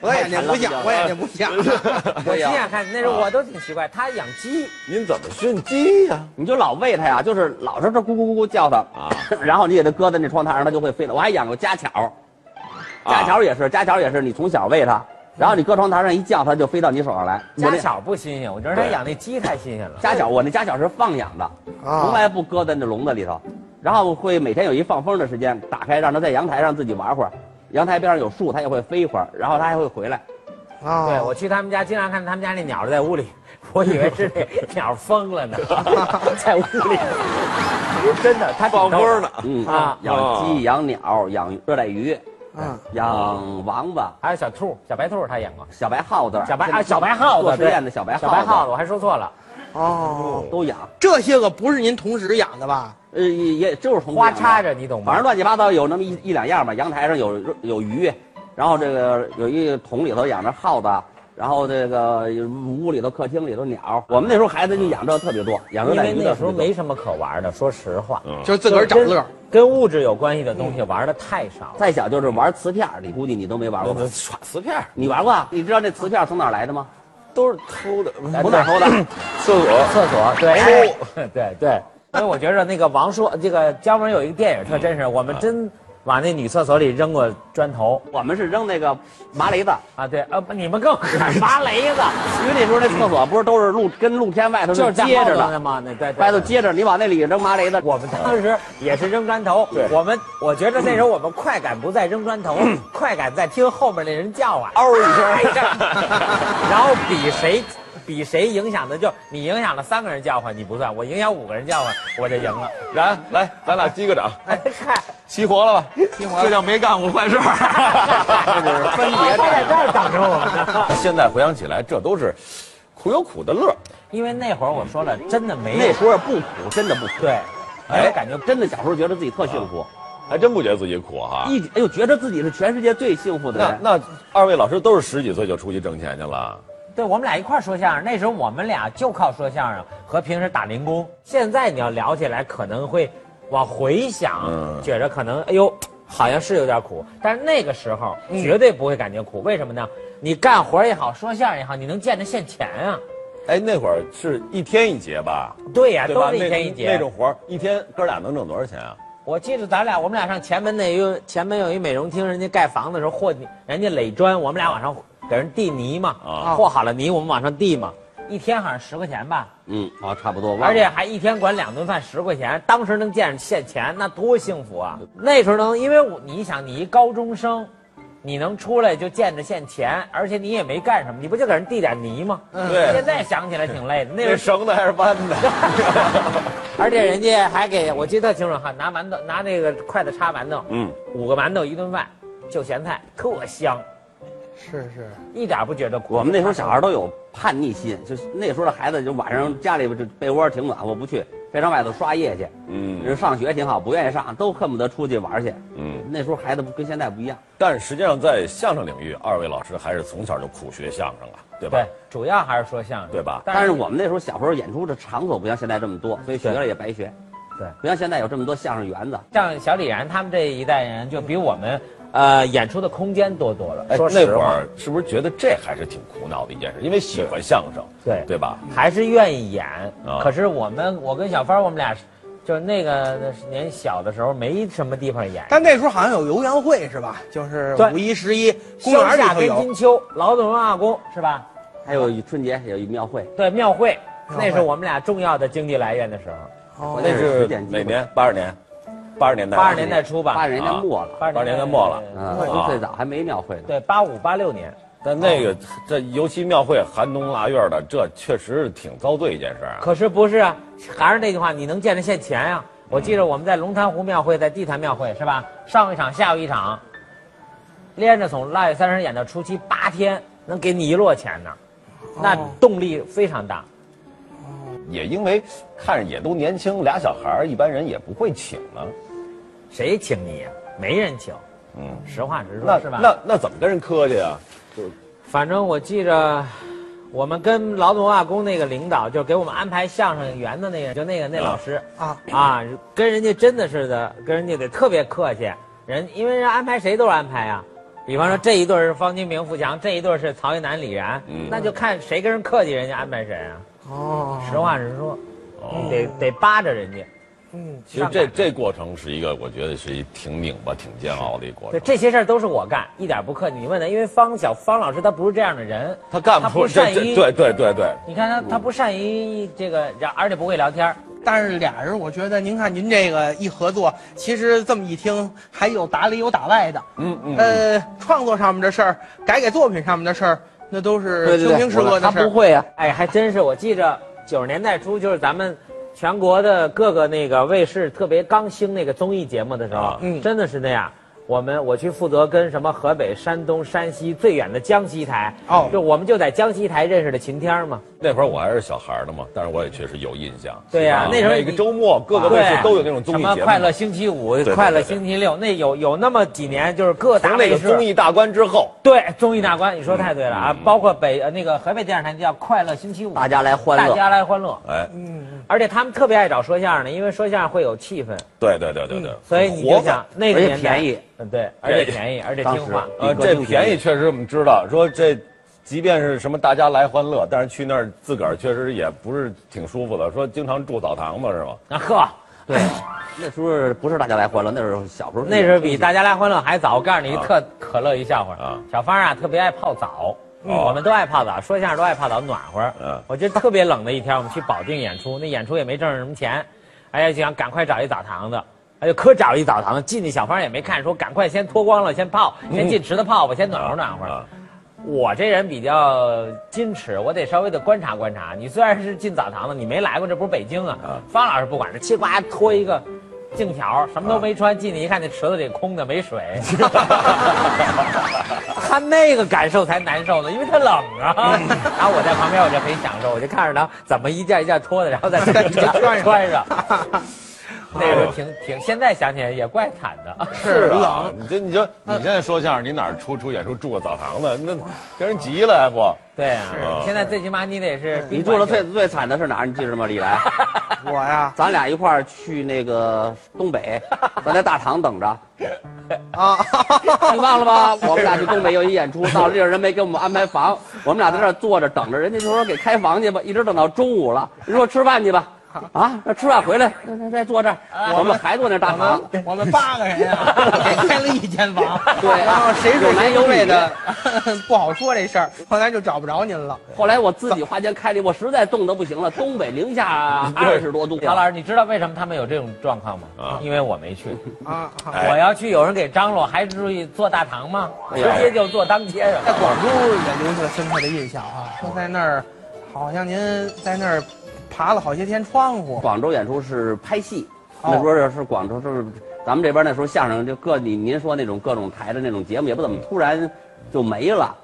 S2: 我眼睛不想，我眼睛不想。
S4: 我亲眼看见，那时候我都挺奇怪，他养鸡，
S1: 您怎么训鸡 呀？
S3: 你就老喂它呀，就是老是这咕咕咕咕叫它
S1: 啊
S3: 然后你给它搁在那窗台上，它就会飞了。我还养过家巧，
S1: 啊
S3: 家巧也是，家巧也是，你从小喂它，然后你搁窗台上一叫，它就飞到你手上来。我
S4: 家
S3: 那
S4: 巧不新鲜，我觉得他
S1: 对
S4: 养那鸡太新鲜了。
S3: 家巧，我那家巧是放养的，
S2: 啊
S3: 从来不搁在那笼子里头，然后会每天有一放风的时间，打开让它在阳台上自己玩会儿，阳台边上有树，它也会飞一会儿，然后它还会回来。
S2: 啊
S4: 对，我去他们家，经常看他们家那鸟儿在屋里，我以为是那鸟儿疯了呢，在屋里，真的，它
S1: 放
S4: 儿
S1: 风呢。
S3: 嗯
S4: 啊
S3: 养鸡、养鸟、养热带鱼、
S2: 啊，
S3: 养王八、
S4: 还有小兔，小白兔它演过，
S3: 小白耗子、
S4: 小白啊，
S3: 现在
S4: 小白耗
S3: 做
S4: 子，
S3: 实
S4: 对
S3: 验的小白耗子，
S4: 小白耗子，我还说错了，
S2: 哦，
S3: 都养，
S2: 这些个不是您同时养的吧？
S3: 呃，也也就是从
S4: 花插着，你懂
S3: 反
S4: 吗
S3: 正？乱七八糟有那么一一两样吧。阳台上有有鱼，然后这个有一桶里头养着耗子，然后这个屋里头、客厅里头鸟。我们那时候孩子就养这特别多，养热
S4: 因
S3: 带
S4: 为
S3: 鱼
S4: 那
S3: 的
S4: 时候
S3: 特别多。
S4: 没什么可玩的，说实话，
S1: 嗯
S2: 就是自个儿找乐儿。
S4: 跟物质有关系的东西玩的太少了。
S3: 再小就是玩瓷片儿，你估计你都没玩过吧？
S1: 耍瓷片儿
S3: 你玩过啊？你知道这瓷片儿从哪儿来的吗？
S1: 都是偷的，
S3: 从哪儿偷的？
S1: 厕所
S4: 厕所，对， 对对，所以我觉着那个王朔，这个姜文有一个电影特真实，我们真往那女厕所里扔过砖头。
S3: 我们是扔那个麻雷子。
S4: 啊，对，呃，不你们 更狠，麻雷子，
S3: 因为那时候那厕所不是都是露跟露天外头
S4: 就是
S3: 接着的，
S4: 的嘛，那对，
S3: 外头
S4: 头。
S3: 接着，你往那里扔麻雷子，
S4: 我们当时也是扔砖头，我们我觉得那时候我们快感不在扔砖头，快感在听后面那人叫啊，嗯嗷一声， 然后比谁比谁影响的就你影响了三个人叫唤你不算，我影响五个人叫唤我就赢了。
S1: 然来，咱俩击个掌，
S4: 哎，嗨。
S1: 齐活了吧？齐活，这叫没干过坏事 儿。
S3: 分别
S4: 哎他在这儿等着我们呢。
S1: 现在回想起来，这都是苦有苦的乐儿。
S4: 因为那会儿我说了，真的没
S3: 那
S4: 有
S3: 时候不苦，真的不苦，
S4: 对，没有感觉
S3: 真的小时候觉得自己特幸福，
S1: 还真不觉得自己苦哈、
S3: 一直哎呦觉得自己是全世界最幸福的人。
S1: 那那二位老师都是十几岁就出去挣钱去了，
S4: 对，我们俩一块儿说相声，那时候我们俩就靠说相声和平时打零工。现在你要聊起来，可能会往回想，
S1: 嗯
S4: 觉着可能哎呦，好像是有点苦，但是那个时候绝对不会感觉苦。为什么呢？你干活也好，说相声也好，你能见着现钱啊。
S1: 哎，那会儿是一天一节吧，
S4: 对呀、
S1: 对
S4: 都
S1: 吧？
S4: 是一
S1: 那
S4: 天一节。
S1: 那种活儿，一天哥俩能挣多少钱啊？
S4: 我记得咱俩，我们俩上前门那有前门有一美容厅，人家盖房的时候和泥，人家垒砖，我们俩往上给人地泥嘛，
S1: 啊
S4: 和好了泥我们往上地嘛，一天好像十块钱吧，
S3: 嗯，啊，差不多。忘了
S4: 而且还一天管两顿饭十块钱，当时能见着现钱，那多幸福啊！那时候能，因为我你想，你一高中生，你能出来就见着现钱，而且你也没干什么，你不就给人递点泥吗？
S1: 对
S4: 现在想起来 挺累的，那
S1: 这
S4: 时候，
S1: 绳子还是弯 的。
S4: 而且人家还给我记得特清楚哈，拿馒头拿那个筷子插馒头，
S3: 嗯，
S4: 五个馒头一顿饭，就咸菜，特香，
S2: 是是，
S4: 一点不觉得苦。
S3: 我们那时候小孩都有叛逆心，就是那时候的孩子，就晚上家里边就被窝挺暖和，我不去，非上外头刷夜去。
S1: 嗯
S3: 人上学挺好，不愿意上都恨不得出去玩去。
S1: 嗯。
S3: 那时候孩子不跟现在不一样，
S1: 但实际上，在相声领域，二位老师还是从小就苦学相声啊，对吧
S4: 对？，主要还是说相声，
S1: 对吧
S3: 但是我们那时候小时候演出的场所不像现在这么多，所以学了也白学。
S4: 对
S3: 不像现在有这么多相声园子。
S4: 像小李然他们这一代人，就比我们呃演出的空间多多了。呃说实
S1: 哎那会
S4: 话，
S1: 儿是不是觉得这还是挺苦恼的一件事？因为喜欢相声，
S4: 对
S1: 对吧？
S4: 还是愿意演。
S1: 啊
S4: 可是我们，我跟小芳，我们俩是，就那个年小的时候，没什么地方演。
S2: 但那时候好像有游园会是吧？就是
S4: 对
S2: 五一、十一公
S4: 乡
S2: 园里
S4: 下
S2: 头
S4: 跟
S2: 有。
S4: 金秋，劳动文化宫是吧？
S3: 还有春节有一庙会，
S4: 对，庙会，
S2: 庙会
S4: 那是我们俩重要的经济来源的时候，
S2: 哦
S1: 那
S3: 是
S1: 是
S3: 实践机会
S1: 哪年？八十年，八十年代，啊
S4: 八十年代初吧，
S3: 八十年代末了，
S1: 八十年代末了
S3: 嗯，
S1: 啊
S3: 都最早还没庙会呢。
S4: 对，八五八六年。
S1: 但那个
S4: 哦
S1: 这尤其庙会寒冬腊月的，这确实是挺遭罪一件事啊。
S4: 可是不是啊，还是那句话，你能见着现钱呀、我记着我们在龙潭湖庙会，在地坛庙会是吧？上午一场，下午一场，连着从腊月三十演到初七八天，能给你一摞钱呢，
S1: 哦
S4: 那动力非常大。
S1: 也因为看着也都年轻，俩小孩儿一般人也不会请呢。
S4: 谁请你呀、没人请。
S1: 嗯，
S4: 实话实
S1: 那
S4: 说，是吧？
S1: 那那怎么跟人客气啊？
S4: 反正我记着，我们跟劳动文化宫那个领导，就给我们安排相声员的那个，就那个那老师
S2: 啊
S4: 啊，跟人家真的是的，跟人家得特别客气。人因为人安排谁都安排啊，比方说这一对儿是方金明、付强，这一对儿是曹一楠、李然，
S1: 嗯
S4: 那就看谁跟人客气，人家安排谁啊。
S2: 哦，
S4: 实话实说，
S1: 哦，
S4: 得得扒着人家。
S2: 嗯，
S1: 其实这这过程是一个，我觉得是一挺拧巴、挺煎熬的一个过
S4: 对，
S1: 程。
S4: 这些事儿都是我干，一点不客气。你问他，因为方小方老师他不是这样的人，
S1: 他干
S4: 他
S1: 不这
S4: 不善
S1: 这
S4: 于
S1: 对对对对，
S4: 你看他他不善于这个，然而且不会聊天儿。
S2: 但是俩人，我觉得您看您这个一合作，其实这么一听，还有打里有打外的。
S1: 嗯嗯，
S2: 呃，创作上面的事儿，改改作品上面的事儿，那都是
S3: 我
S2: 曾经试过
S3: 他
S2: 的事
S3: 不
S2: 儿。
S3: 会啊。
S4: 哎，还真是，我记着九十年代初，就是咱们全国的各个那个卫视特别刚兴那个综艺节目的时候
S1: 啊，
S2: 嗯
S4: 真的是那样。我们我去负责跟什么河北、山东、山西最远的江西台，
S2: 哦
S4: 就我们就在江西台认识的秦天儿嘛。
S1: 那会儿我还是小孩儿呢嘛，但是我也确实有印象。
S4: 对呀
S1: 啊
S4: 那时候
S1: 每个周末各个卫视
S4: 对
S1: 都有那种综艺节
S4: 什
S1: 目，
S4: 么快乐星期五、
S1: 对
S4: 快乐
S1: 对对
S4: 星期六，那有有那么几年，就是各大
S1: 从那
S4: 卫
S1: 个
S4: 视
S1: 综艺大观之后，
S4: 对综艺大观，你说太对了啊！
S1: 嗯
S4: 包括北呃那个河北电视台叫《快乐星期五》，
S3: 大家来欢乐
S4: 大家来欢乐，
S1: 哎，
S4: 而且他们特别爱找说相声的，因为说相声会有气氛。
S1: 对对对对对，
S4: 嗯所以你
S1: 活
S4: 就
S1: 泛
S4: 想那个
S3: 而且
S4: 年代
S3: 便宜，
S4: 嗯对，而且
S1: 便宜
S4: 便宜，而且
S3: 当
S4: 听
S3: 时
S4: 话。
S1: 呃，这便宜确实我们知道，说这，即便是什么大家来欢乐，但是去那儿自个儿确实也不是挺舒服的。说经常住澡堂嘛，是吗？
S4: 啊呵，
S3: 对，那时候不是大家来欢乐，那时候小时候
S4: 那是比大家来欢乐还早。我告诉你一
S1: 啊
S4: 特可乐一笑话
S1: 啊，
S4: 小芳啊特别爱泡澡，嗯
S1: 哦
S4: 我们都爱泡澡，说相声都爱泡澡暖和
S1: 嗯。
S4: 我觉得特别冷的一天，我们去保定演出，那演出也没挣着什么钱，哎呀就想赶快找一澡堂子。哎呦，可找一澡堂子，进去小芳也没看，说赶快先脱光了，先泡，先进池子泡吧，先暖和暖和。
S1: 啊，
S4: 我这人比较矜持，我得稍微的观察观察。你虽然是进澡堂子，你没来过，这不是北京啊。
S1: 啊
S4: 方老师不管这，嘁呱脱一个镜条，什么都没穿，进去一看，那池子里空的，没水。他那个感受才难受呢，因为他冷啊。 然后我在旁边，我就可以享受，我就看着他怎么一件一件脱的，然后再 穿 穿上。那时候挺挺，现在想起来也怪惨的。
S2: 是
S1: 啊
S2: 冷，，
S1: 你这你就你
S3: 呃
S1: 现在说相声，你哪儿出出演出住个澡堂子，那跟人急了还不？
S4: 对啊
S1: 是，
S4: 现在最起码你得是
S3: 嗯你
S4: 宾
S3: 住
S4: 馆
S3: 的
S4: 酒店
S3: 最最惨的是哪儿？你记着吗，李 来？
S2: 我呀
S3: 咱俩一块儿去那个东 北，咱在大堂等着，
S2: 啊，
S3: 你忘了吧？ 我们俩去东北有一演 出，到了地儿人没给我们安排房，我们俩在那儿坐着等着，人家就说给开房去吧，一直等到中午了，人说吃饭去吧，啊，那吃饭回来再再坐这儿，我们还坐那大堂。
S2: 我们八个人啊，给开了一间房，
S3: 对
S2: 然后谁睡
S3: 有男
S2: 谁
S3: 有
S2: 睡
S3: 女
S2: 的， 不好说这事儿。后来就找不着您了，
S3: 后来我自己花钱开了，我实在冻得不行了，东北零下二十多度。
S4: 唐老师，你知道为什么他们有这种状况吗？
S1: 啊
S4: 因为我没去，
S2: 啊，好
S1: 哎
S4: 我要去，有人给张罗，还至于坐大堂吗？
S3: 哎
S4: 直
S3: 呀
S4: 接就坐当街上。
S2: 在广州也留下了深刻的印象啊。说在那儿，好像您在那儿爬了好些天窗户，
S3: 广州演出是拍戏，
S2: 哦
S3: 那时候是广州是咱们这边那时候相声就各你您说那种各种台的那种节目也不怎么突然就没了，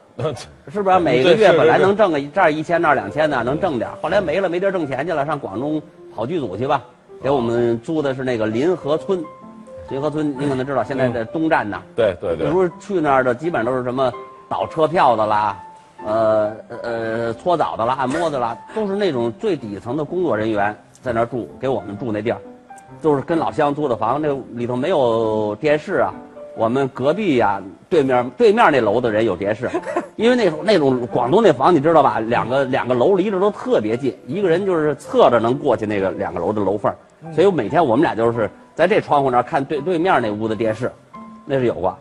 S3: 是不是？每个
S1: 对
S3: 月
S1: 是
S3: 本来
S1: 是是
S3: 能挣个这儿一千那儿两千的能挣点儿，后来没了没地儿挣钱去了，上广东跑剧组去吧。给我们租的是那个临河村，临河村您可能知道现
S1: 嗯
S3: 在在东站呐。
S1: 对对
S3: 那
S1: 对
S3: 时，候去那儿的基本上都是什么倒车票的啦，呃呃搓澡的啦、按摩的啦，都是那种最底层的工作人员在那儿住，给我们住那地儿，就是跟老乡租的房，那里头没有电视啊。我们隔壁呀、对面对面那楼的人 有电视，因为那种那种广东那房你知道吧，两个两个楼离着都特别近，一个人就是侧着能过去那个两个楼的楼缝儿，
S1: 嗯
S3: 所以每天我们俩就是在这窗户那儿看对对面那屋的电视，那是有啊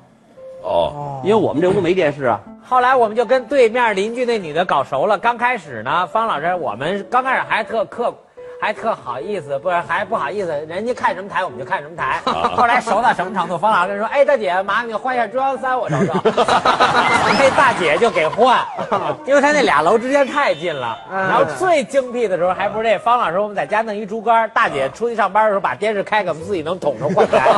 S1: 哦，
S3: 过。
S2: 哦
S3: 因为我们这屋没电视啊，
S4: 后来我们就跟对面邻居那女的搞熟了。刚开始呢，方老师，我们刚开始还特客，还特好意思，不是还不好意思，人家看什么台我们就看什么台。后来熟到什么程度？方老师说：“哎，大姐，麻烦你换一下中央三，我瞅瞅。”那大姐就给换，因为他那俩楼之间太近了。然后最精辟的时候还不是这哎方老师，我们在家弄一竹竿，大姐出去上班的时候把电视开开，我们自己能捅着换台。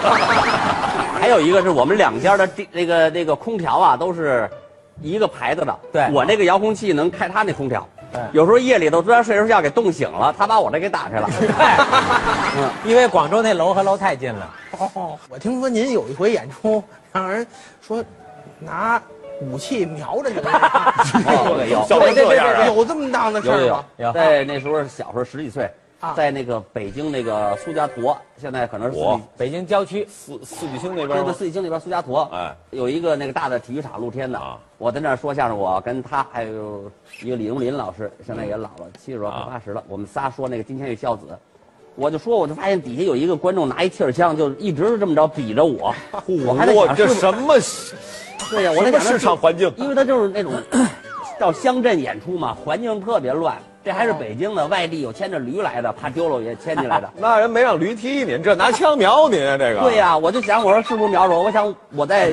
S3: 还有一个是我们两家的地那个那个空调啊，都是一个牌子的。
S4: 对
S3: 我那个遥控器能开他那空调。有时候夜里头突然睡着觉给冻醒了，他把我这给打开了。
S4: 因为广州那楼和楼太近了。
S2: 哦， 我听说您有一回演出，让人说拿武器瞄着您，
S3: 哦对有
S1: 笑成哎这样啊！
S2: 有这么档的 事儿吗？
S4: 有
S3: 在那时候小时候十几岁
S2: 啊，
S3: 在那个北京那个苏家坨，现在可能是四
S1: 我
S3: 季
S4: 北京郊区
S1: 四四季青那
S3: 那
S1: 边
S3: 个
S1: 吗？
S3: 四季青那边苏家坨，
S1: 哎
S3: 有一个那个大的体育场露天的
S1: 啊，
S3: 我在那儿说相声，我跟他还有一个李荣林老师，现在也老了，七十多快
S1: 啊
S3: 八十了，我们仨说那个《金枪与孝子》，我就说，我就发现底下有一个观众拿一气儿枪，就一直就这么着比着我，我还在
S1: 我
S3: 想是
S1: 这
S3: 不是
S1: 什么
S3: 对呀，我
S1: 什
S3: 在
S1: 么
S3: 想是
S1: 市场环境？
S3: 因为他就是那种 到乡镇演出嘛，环境特别乱，这还是
S1: 啊
S3: 北京的，外地有牵着驴来的，怕丢了也牵进来的。
S1: 那人没让驴踢您，这拿枪瞄您啊，这个
S3: 对、呀、我就想，我说是不是瞄着我？我想我再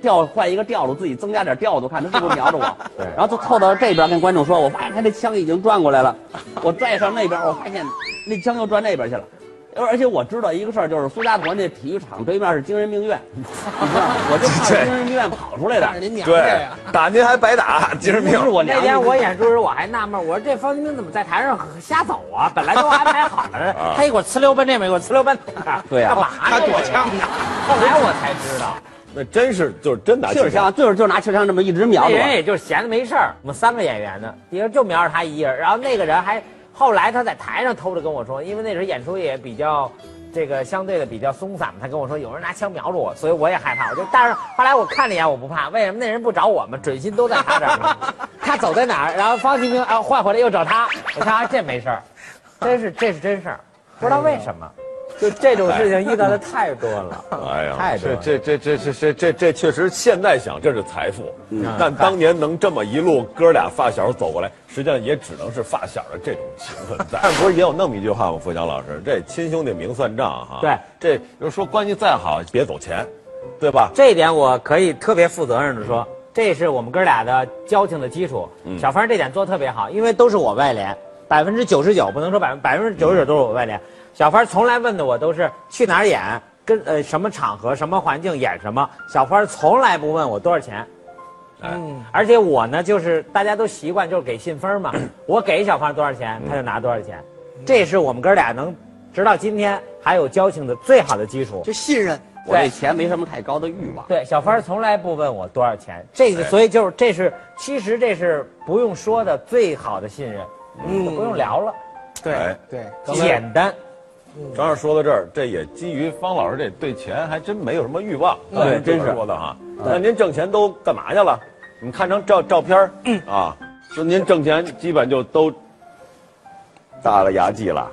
S3: 调换一个调度，自己增加点调度，看他是不是瞄着我。
S1: 对
S3: 然后就凑到这边跟观众说，我发现他这枪已经转过来了，我拽上那边，我发现那枪又转那边去了。而且我知道一个事儿，就是苏家屯那体育场对面是精神病院，你知道吗我就怕精神病院跑出 来的
S2: 但是。您娘这
S1: 对
S2: 呀，，
S1: 打您还白打，精神病
S3: 不是。我娘
S4: 那天我演出时，我还纳闷，我说这方清兵怎么在台上瞎走啊？本来都安排好 了，他一会儿呲溜奔这边，一会儿呲溜奔那边，
S3: 啊对呀
S4: 干嘛
S2: 他
S4: 呢？
S2: 躲枪呢。
S4: 后来我才知道，
S1: 那真是就是真打
S3: 气儿枪，就是就拿气儿枪这么一直瞄
S4: 那
S3: 着
S4: 人
S2: 哎
S3: 我。
S4: 也哎就是闲的没事儿。我们三个演员呢，也就瞄着他一人，然后那个人还后来他在台上偷着跟我说，因为那时候演出也比较。这个相对的比较松散，他跟我说有人拿枪瞄着我，所以我也害怕。我就但是后来我看了一眼，我不怕，为什么那人不找我们？准心都在他这儿呢， 他走在哪儿，然后方清兵啊换回来又找他，我看啊这没事儿，真是这是真事儿，不知道为什么，就这种事情遇到的太多了。
S1: 哎呀，
S4: 太对
S1: 这
S4: 了
S1: 这这这这这这这确实，现在想这是财富，但当年能这么一路哥俩发小走过来，实际上也只能是发小的这种情分在。但不是也有那么一句话吗？付强老师，这亲兄弟明算账哈。
S4: 对，
S1: 这就是说关系再好，别走钱，对吧？
S4: 这一点我可以特别负责任的说，这是我们哥俩的交情的基础。小芳这点做得特别好，因为都是我外联，百分之九十九不能说百分百分之九十九都是我外联。小芳从来问的我都是去哪儿演，跟呃什么场合、什么环境演什么，小芳从来不问我多少钱。
S1: 哎
S2: 嗯，
S4: 而且我呢，就是大家都习惯就是给信封嘛，我给小芳多少钱，她就拿多少钱，这是我们哥俩能直到今天还有交情的最好的基础。
S2: 就信任。
S3: 我对钱没什么太高的欲望。
S4: 对，小芳从来不问我多少钱，这
S1: 哎
S4: 个所以就是这是其实这是不用说的最好的信任，嗯，不用聊了，
S1: 哎
S2: 对对，
S4: 简单。
S1: 正好说到这儿，这也基于方老师这对钱还真没有什么欲望，
S3: 嗯对
S1: 咱们这
S3: 真是
S1: 边说的哈。那您挣钱都干嘛去了？你们看张照照片儿
S3: 嗯
S1: 啊，说您挣钱基本就都大了牙祭了，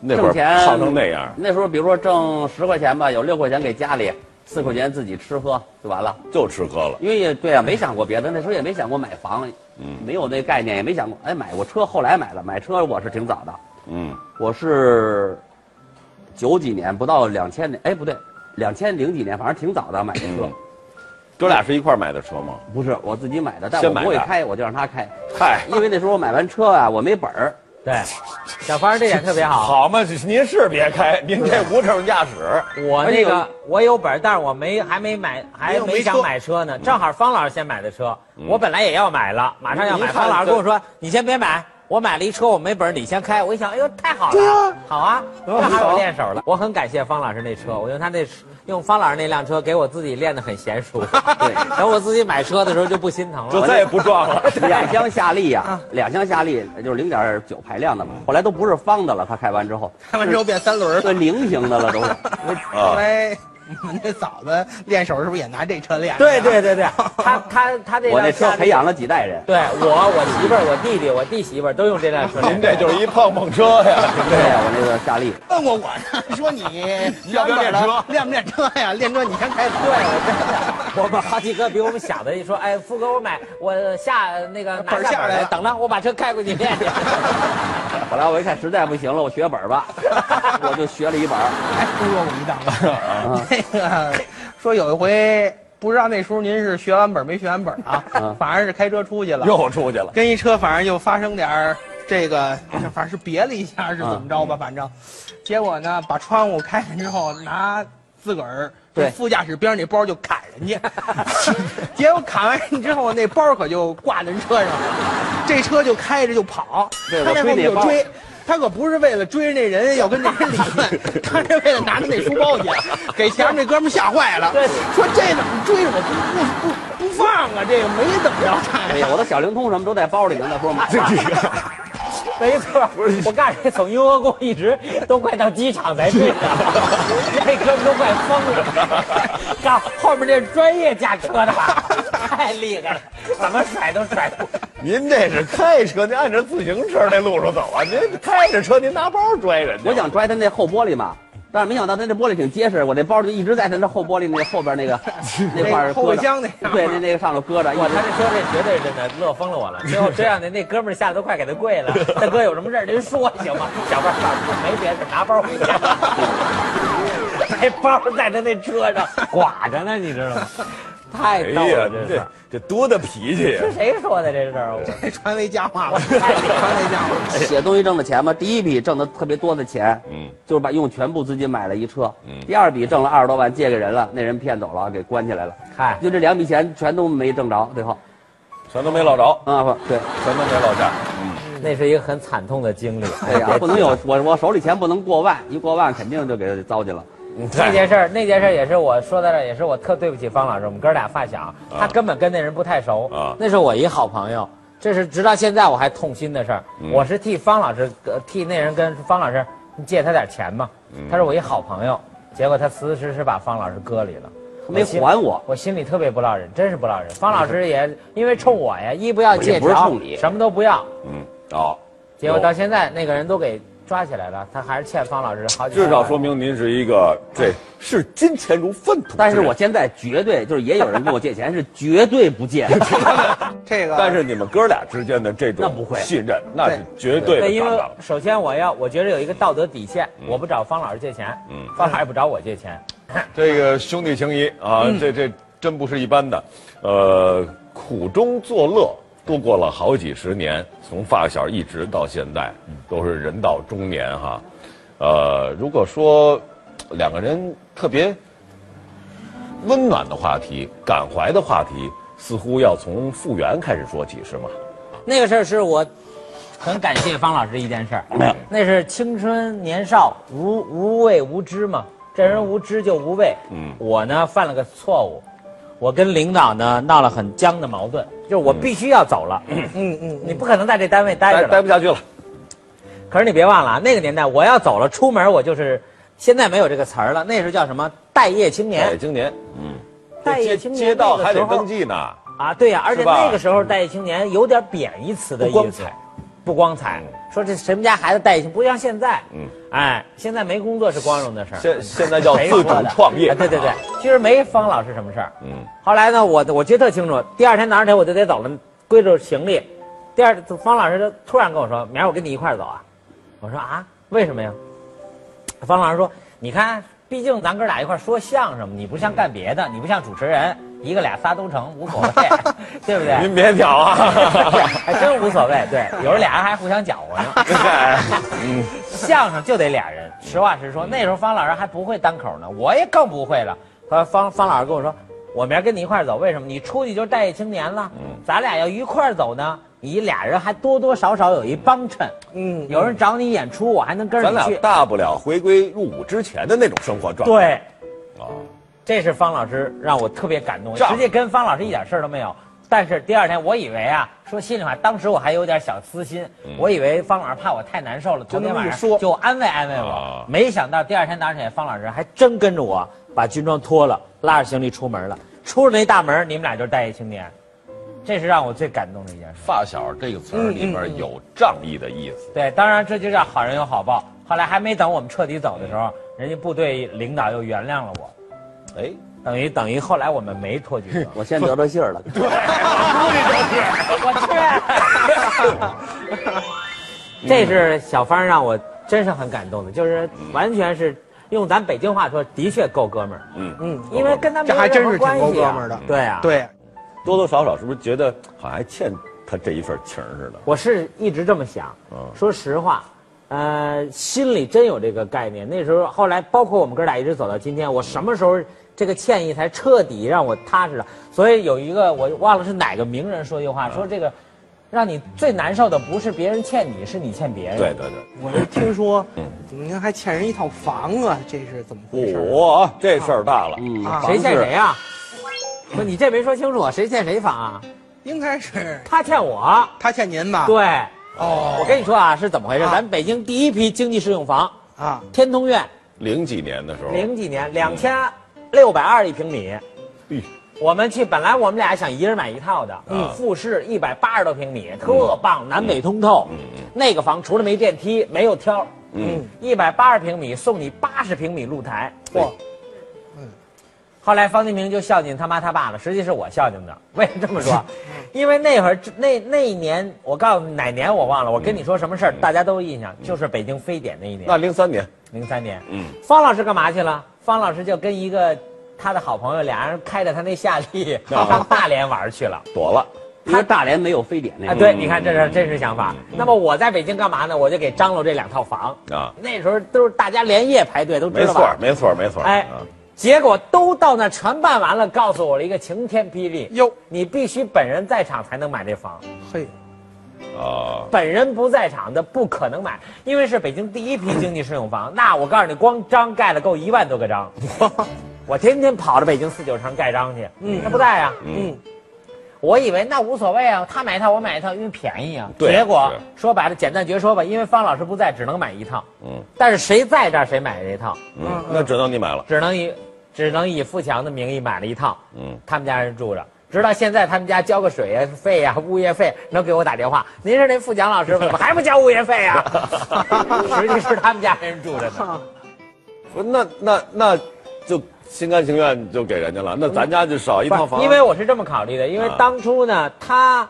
S1: 那会
S3: 挣钱
S1: 儿胖成那样，
S3: 那时候比如说挣十块钱吧，有六块钱给家里，四块钱自己吃喝就完了。
S1: 就吃喝了。
S3: 因为也对啊，没想过别的，那时候也没想过买房，
S1: 嗯
S3: 没有那概念，也没想过哎买过车，后来买了，买车我是挺早的，
S1: 嗯，
S3: 我是九几年不到两千年，哎不对，两千零几年，反正挺早的买的
S1: 嗯
S3: 车，
S1: 哥俩是一块儿买的车吗？
S3: 不是我自己买的，但
S1: 先
S3: 我
S1: 买
S3: 不会
S1: 的
S3: 开，我就让他开，
S1: 嗨，
S3: 因为那时候我买完车 啊，我没本儿，
S4: 对，小芳这点特别好。
S1: 好嘛，您是别开，您这无证驾 驶。
S4: 我
S3: 而且
S4: 那
S3: 有
S4: 个我有本儿，但是我没还没买，
S2: 没
S4: 还
S2: 有
S4: 没
S2: 没
S4: 想
S2: 车
S4: 买车呢。正好方老师先买的车，我本来也要买了，马上要
S1: 你一
S4: 买。
S1: 看
S4: 方老
S1: 这
S4: 师跟我说：“你先别买，我买了一车，我没本儿，你先开。”我一想，哎呦，太好了，好啊，正好我练手了。我很感谢方老师那车，我用他那用方老师那辆车给我自己练得很娴熟。
S3: 对
S4: 等我自己买车的时候就不心疼
S1: 就
S4: 了。
S1: 再也不撞了。
S3: 两箱夏利 呀、
S1: 啊
S3: 两箱夏利就是零点九排量的嘛，后来都不是方的了，他开完之后，
S2: 开完之后变三轮儿。
S3: 对菱形的了都是。
S2: 后来我们那嫂子练手是不是也拿这车练？啊
S4: 对对。对对，他他他这
S3: 我
S4: 辆
S3: 那车
S4: 夏利
S3: 培养了几代人。
S4: 对我我媳妇儿我弟弟我弟媳妇儿都用这辆车练。
S1: 您这就是一碰碰车呀，
S3: 对呀，我那个夏利，
S2: 问过我呢，说你
S1: 要不要练 车
S2: 练不练车呀？练车你先开走。
S4: 我们好几个比我们小的一说，哎，富哥，我买我下那个拿
S2: 本儿下
S4: 下本儿
S2: 来
S4: 来，
S2: 了
S4: 等着我把车开过去 练去。
S3: 后来我一看实在不行了，我学本儿吧， 我就学了一本儿。
S2: 哎，忽悠我一档子。 那个说有一回，不知道那时候您是学完本儿没学完本儿啊
S3: 嗯？
S2: 反正是开车出去了，
S1: 又出去了。
S2: 跟一车反正又发生点儿这个，反正是别了一下
S3: 嗯
S2: 是怎么着吧，反正，结果呢，把窗户开开之后，拿自个儿
S3: 对
S2: 副驾驶边上那包就砍人家， 结果砍完人之后，那包可就挂人车上了，这车就开着就跑，
S3: 对
S2: 他
S3: 我
S2: 那后
S3: 追
S2: 面
S3: 那
S2: 就
S3: 包
S2: 追。他可不是为了追着那人要跟那人理 论，他是为了拿着那书包去， 给前面那哥们儿吓坏了，说这怎么追着我不不不不放啊？这个没怎么着他呀
S3: 哎。呀，我的小灵通什么都在包里呢，那时候买的。
S4: 没错，我告诉你，从雍和宫一直都快到机场 才对了，那哥们都快疯了。 看后面这是专业驾车的，太厉害了，怎么甩都甩不。
S1: 您这是开车，您按着自行车那路上走啊！您开着车，您拿包拽人家。
S3: 我想拽他那后玻璃嘛，但是没想到他那玻璃挺结实，我那包就一直在他那后玻璃那后边 那个那块儿
S2: 后备
S3: 搁着
S2: 箱那上面
S3: 对，那那个上头搁着，一哎
S4: 哇，
S3: 直
S4: 他这车这绝对真的乐疯了我了。最后这样的那哥们儿吓得都快给他跪了。大哥有什么事儿您说行吗？小范儿老师没别的，拿包回家。 那包在他那车上挂着呢，你知道吗？太
S1: 哎
S3: 啊
S4: 逗
S1: 呀
S4: 了，，这
S1: 这
S4: 是。
S1: 这多大脾气呀！
S4: 是谁说的这事儿？啊我
S2: 传为佳 话了，传为佳话了。
S3: 写东西挣的钱嘛，第一笔挣的特别多的钱，
S1: 嗯，
S3: 就是把用全部资金买了一车，
S1: 嗯
S3: 第二笔挣了二十多万，借给人了，那人骗走了，给关起来了，
S4: 嗨
S3: 就这两笔钱全都没挣着，最后，
S1: 全都没落着，
S3: 啊不，对，
S1: 全都没落下。
S4: 那是一个很惨痛的经历。
S3: 哎呀，不能有我我手里钱不能过万，一过万肯定就给糟践了。
S4: 那件事儿，那件事儿也是我说到这儿，也是我特对不起方老师，我们哥俩发小，他根本跟那人不太熟，
S1: 啊
S4: 那是我一好朋友，这是直到现在我还痛心的事儿。我是替方老师，呃替那人跟方老师，你借他点钱嘛，他是我一好朋友，结果他死死实实把方老师搁里了。
S3: 没
S4: 心
S3: 还我
S4: 我心里特别不落忍，真是不落忍。方老师也因为冲我呀，一不要借
S3: 也不是
S4: 条
S3: 冲你
S4: 什么都不要，
S1: 嗯，哦，
S4: 结果到现在那个人都给抓起来了，他还是欠方老师好几。
S1: 至少说。明您是一个这视金钱如粪土。
S3: 但是我，现在绝对就是也有人跟我借钱，是绝对不借。
S2: 这个，
S1: 但是你们哥俩之间的这种
S3: 那不会
S1: 信任，那是绝对
S4: 对，
S1: 的
S4: 因
S1: 杠
S4: 为
S1: 杠。
S4: 首先我要，我觉得有一个道德底线，我不找方老师借钱，
S1: 嗯
S4: 方老师也不找我借钱，
S1: 这个兄弟情谊啊，
S4: 嗯
S1: 这这真不是一般的，呃，苦中作乐，度过了好几十年，从发小一直到现在，嗯都是人到中年哈。呃，如果说呃两个人特别温暖的话题、感怀的话题，似乎要从复原开始说起，是吗？
S4: 那个事儿是我很感谢方老师一件事儿，那是青春年少无无畏无知嘛，这人无知就无畏。
S1: 嗯
S4: 我呢犯了个错误，我跟领导呢闹了很僵的矛盾，就是我必须要 走了，
S2: 嗯嗯，
S4: 你不可能在这单位待着
S1: 待
S4: 了。
S1: 待不下去了，
S4: 可是你别忘了，啊，那个年代我要走了，出门我就是，现在没有这个词儿了，那时候叫什么待业青
S1: 待业
S4: 年，
S1: 青年，嗯，
S4: 待
S1: 这
S4: 业
S1: 街
S4: 青年
S1: 街道
S4: 那个
S1: 还
S4: 时
S1: 得
S4: 候
S1: 登记呢，
S4: 啊，对呀、而且
S1: 是吧
S4: 那个时候待业青年有点贬义词的
S1: 不光
S4: 意思
S1: 彩，
S4: 不光彩，说这谁们家孩子带薪，不像现在，
S1: 嗯
S4: 嗯，哎，现在没工作是光荣的事儿，
S1: 现现 在叫
S4: 谁
S1: 自
S4: 说
S1: 主
S4: 的
S1: 创业
S4: 哎对对对
S1: 啊，
S4: 其实没方老师什么事儿，
S1: 嗯，
S4: 后来呢，我我记得特清楚，第二天早上起来我就得走了，归置行李。第二，方老师就突然跟我说：“明儿我跟你一块儿走啊。”我说：“啊，为什么呀？”方老师说：“你看，毕竟咱哥俩一块儿说相声嘛，你不像干别的，你不像主持人，一个俩仨都成，无所谓，对不对
S1: 您别挑 啊。
S4: 还真无所谓。对，有时候俩人还互相搅和呢。
S1: 嗯，
S4: 相声就得俩人，实话实说，那时候方老师还不会单口呢，我也更不会了。后来方方老师跟我说，我明儿跟你一块儿走，为什么？你出去就是待业青年了，
S1: 嗯
S4: 咱俩要一块儿走呢，你俩人还多多少少有一帮衬，
S2: 嗯
S4: 嗯，有人找你演出，我还能跟着
S1: 咱
S4: 你
S1: 俩
S4: 去。
S1: 大不了回归入伍之前的那种生活状态。
S4: 对，
S1: 啊，
S4: 这是方老师让我特别感动，
S1: 这样
S4: 直接跟方老师一点事儿都没有。但是第二天，我以为啊，说心里话，当时我还有点小私心，我以为方老师怕我太难受了，
S2: 嗯就
S4: 昨
S2: 那么
S4: 天
S2: 一
S4: 晚上
S2: 说
S4: 就安慰安慰我。
S1: 啊
S4: 没想到第二天早上起来，方老师还真跟着我把军装脱了，拉着行李出门了。出了那大门，你们俩就是待业青年，这是让我最感动的一件事。
S1: 发小这个词
S4: 嗯
S1: 儿里边有仗义的意思。
S4: 对，当然这就叫好人有好报。后来还没等我们彻底走的时候，人家部队领导又原谅了我，
S1: 哎，
S4: 等于等于后来我们没脱军装。
S3: 我先得到信儿了。
S4: 我去。 这是小芳让我真是很感动的，就是完全是用咱北京话说，的确够哥们儿，
S1: 嗯
S2: 嗯
S4: 因为跟他们
S2: 这还真是
S4: 没有任何关系啊
S2: 挺够哥们儿的
S4: 对啊，，
S2: 对，
S1: 多多少少是不是觉得好像还欠他这一份情儿似的？
S4: 我是一直这么想
S1: 嗯。
S4: 说实话，呃，心里真有这个概念。那时候后来，包括我们哥俩一直走到今天，我什么时候这个歉意才彻底让我踏实了？所以有一个我忘了是哪个名人说一句
S1: 嗯
S4: 话，说这个让你最难受的不是别人欠你，是你欠别人。
S1: 对。对对，
S2: 我是听说
S1: 嗯，
S2: 您还欠人一套房啊，这是怎么回事儿？
S1: 我、啊这事儿大了。
S3: 嗯，
S2: 啊
S4: 谁欠谁啊？不，你这没说清楚，谁欠谁房啊？
S2: 应该是
S4: 他欠我。
S1: 啊
S2: 他欠您吧？
S4: 对，
S2: 哦
S4: 我跟你说啊，是怎么回事？
S2: 啊
S4: 咱北京第一批经济适用房，
S2: 啊，
S4: 天通苑，
S1: 零几年的时候，
S4: 零几年，两千六百二一平米。
S1: 咦
S4: 我们去，本来我们俩想一人买一套的，
S1: 嗯
S4: 复式一百八十多平米，特棒，南北通透。
S1: 嗯嗯
S4: 那个房除了没电梯，没有挑，
S1: 嗯，
S4: 一百八十平米送你八十平米露台。
S1: 嚯，
S4: 后来方金平就孝敬他妈他爸了，实际是我孝敬的。为什么这么 说？因为那会儿那那一年，我告诉你哪年我忘了，我跟你说什么事儿，大家都有印象，就是北京非典那一
S1: 嗯那
S4: 年，
S1: 零三年，
S4: 零三年。
S1: 嗯，
S4: 方老师干嘛去了？方老师就跟一个他的好朋友，俩人开着他那夏利
S1: 啊
S4: 上大连玩儿去了。
S1: 躲了。
S3: 因为大连没有非典那
S4: 啊，
S3: 个。
S4: 对，你看这是真实想法
S1: 嗯。
S4: 那么我在北京干嘛呢？我就给张罗这两套房
S1: 啊
S4: 那时候都是大家连夜排队，都
S1: 没
S4: 知道
S1: 错
S4: 吧
S1: 儿，？没错儿，没错儿。
S4: 哎
S1: 啊，
S4: 结果都到那儿全办完了，告诉我了一个晴天霹雳。
S2: 哟，
S4: 你必须本人在场才能买这房，
S2: 嘿，
S1: 啊，
S4: 本人不在场的不可能买，因为是北京第一批经济适用房。那我告诉你，光章盖了够一万多 个章，我天天跑到北京四九城盖章去，
S2: 嗯
S4: 他不在啊。
S1: 嗯
S2: 嗯，
S4: 我以为那无所谓啊，他买一套我买一套，因为便宜啊。
S1: 对啊
S4: 结果
S1: 是
S4: 说白了，简单绝说吧，因为方老师不在，只能买一套。
S1: 嗯
S4: 但是谁在这儿谁买这套，
S1: 嗯，那只能你买了。
S4: 只能以只能以富强的名义买了一套。
S1: 嗯，
S4: 他们家人住着。直到现在，他们家交个水呀、费呀、物业费，能给我打电话。您是那付强老师，怎么还不交物业费呀、 实际是他们家人住着呢。
S2: 啊
S1: 不，那那那就心甘情愿就给人家了。那咱家就少一套房，
S4: 因为嗯我是这么考虑的，因为
S1: 啊
S4: 当初呢，他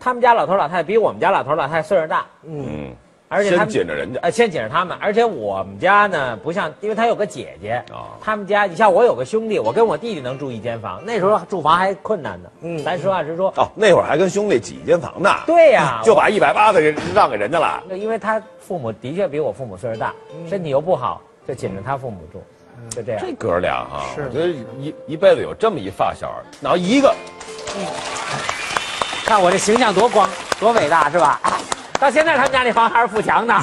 S4: 他们家老头老太太比我们家老头老太太岁数大，
S1: 嗯，
S4: 而且
S1: 先
S4: 他们
S1: 紧着人家。
S4: 呃，先解释他们，而且我们家呢，不像，因为他有个姐姐，
S1: 啊
S4: 他们家，你像我有个兄弟，我跟我弟弟能住一间房，那时候住房还困难呢。
S2: 嗯
S4: 咱实话实说，
S1: 哦，那会儿还跟兄弟挤一间房呢。
S4: 对呀
S1: 就把一百八的人让给人家了。
S4: 因为他父母的确比我父母岁数大，身体又不好，就紧着他父母住，就这样。
S1: 这哥俩哈、
S2: 是
S1: 我觉得一一辈子有这么一发小，然后一个
S4: 看我这形象多光多伟大是吧？ 到现在他们家那房还是富强呢。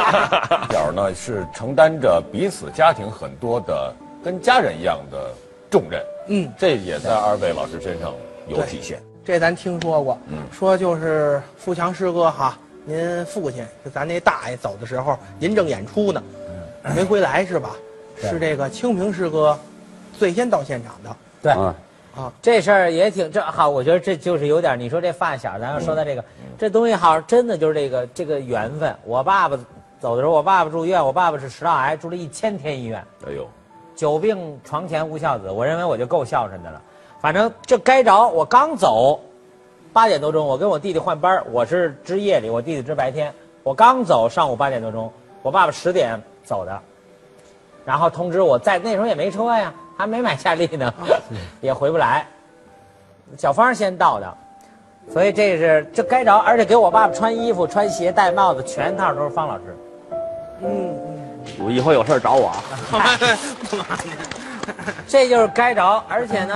S1: 小呢是承担着彼此家庭很多的跟家人一样的重任，
S2: 嗯，
S1: 这也在二位老师身上有体现。
S2: 这咱听说过，
S1: 嗯
S2: 说就是富强师哥哈，您父亲就咱那大爷走的时候，您正演出呢，
S1: 嗯
S2: 没回来是吧？是这个清平师哥最先到现场的。
S4: 对
S3: 啊，
S2: 啊
S4: 这事儿也挺这好，我觉得这就是有点你说这发小，咱要说到这个，这东西好，真的就是这个这个缘分。我爸爸走的时候，我爸爸住院，我爸爸是食道癌，住了一千天医院。
S1: 哎呦，
S4: 久病床前无孝子，我认为我就够孝顺的了。反正这该着，我刚走，八点多钟，我跟我弟弟换班儿我是值夜里，我弟弟值白天。我刚走，上午八点多钟，我爸爸十点走的，然后通知我在那时候也没车呀，还没买夏利呢，也回不来。小芳先到的，所以这是这该着，而且给我爸爸穿衣服、穿鞋、戴帽子，全套都是方老师。
S3: 我以后有事儿找我啊。
S4: 这就是该着，而且呢，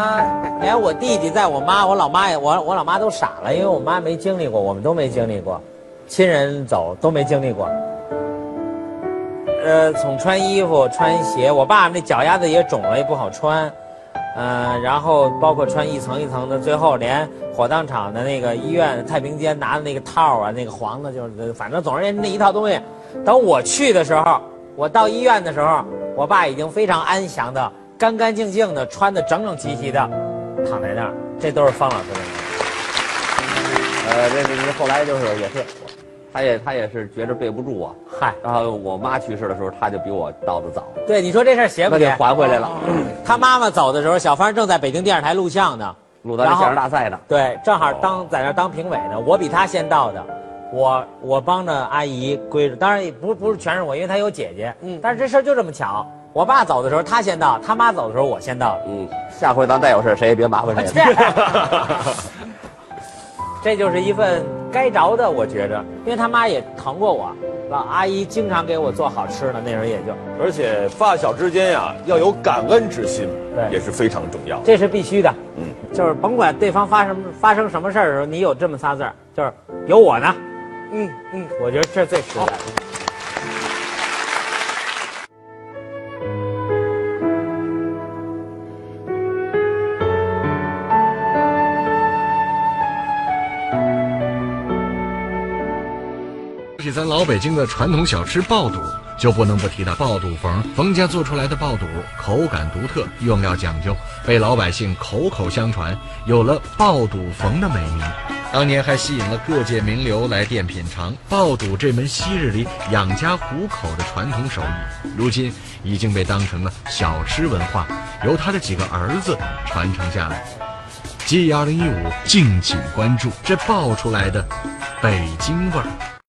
S4: 连我弟弟在我妈、我老妈也我我老妈都傻了，因为我妈没经历过，我们都没经历过，亲人走都没经历过。呃，从穿衣服、穿鞋，我爸爸那脚丫子也肿了，也不好穿。呃，然后包括穿一层一层的，最后连火葬场的那个医院太平间拿的那个套啊，那个黄的，就是反正总而言之那一套东西。等我去的时候，我到医院的时候，我爸已经非常安详的、干干净净的，穿的整整齐齐的，躺在那儿。这都是方老师的。
S3: 呃，这这这后来就是也是，他也他也是觉着背不住我，
S4: 嗨，
S3: 然后我妈去世的时候，他就比我到的早，
S4: 对，你说这事儿邪不
S3: 他就
S4: 邪？
S3: 还回来了，
S4: 他妈妈走的时候，小芳正在北京电视台录像呢。
S3: 鲁丹相声大赛呢。
S4: 对，正好
S3: 哦
S4: 当在那儿当评委呢，我比他先到的，我我帮着阿姨归着，当然也不不是全是我，因为她有姐姐，嗯，但是这事儿就这么巧，我爸走的时候他先到，他妈走的时候我先到
S3: 嗯，下回咱再有事儿谁也别 麻烦谁了。
S4: 切， 这就是一份该着的，我觉着，因为他妈也疼过我，老阿姨经常给我做好吃的，那时候也就
S1: 而且发小之间呀、要有感恩之心，
S4: 对
S1: 也是非常重要的。
S4: 这是必须的，
S1: 嗯
S4: 就是甭管对方发什么发生什么事儿的时候，你有这么仨字儿，就是有我呢，
S2: 嗯嗯，
S4: 我觉得这最实在。
S5: 提咱老北京的传统小吃爆肚，就不能不提到爆肚冯。冯家做出来的爆肚口感独特，用料讲究，被老百姓口口相传，有了爆肚冯的美名。当年还吸引了各界名流来店品尝爆肚这门昔日里养家糊口的传统手艺，如今已经被当成了小吃文化，由他的几个儿子传承下来。GE 二零一五，敬请关注这爆出来的北京味儿。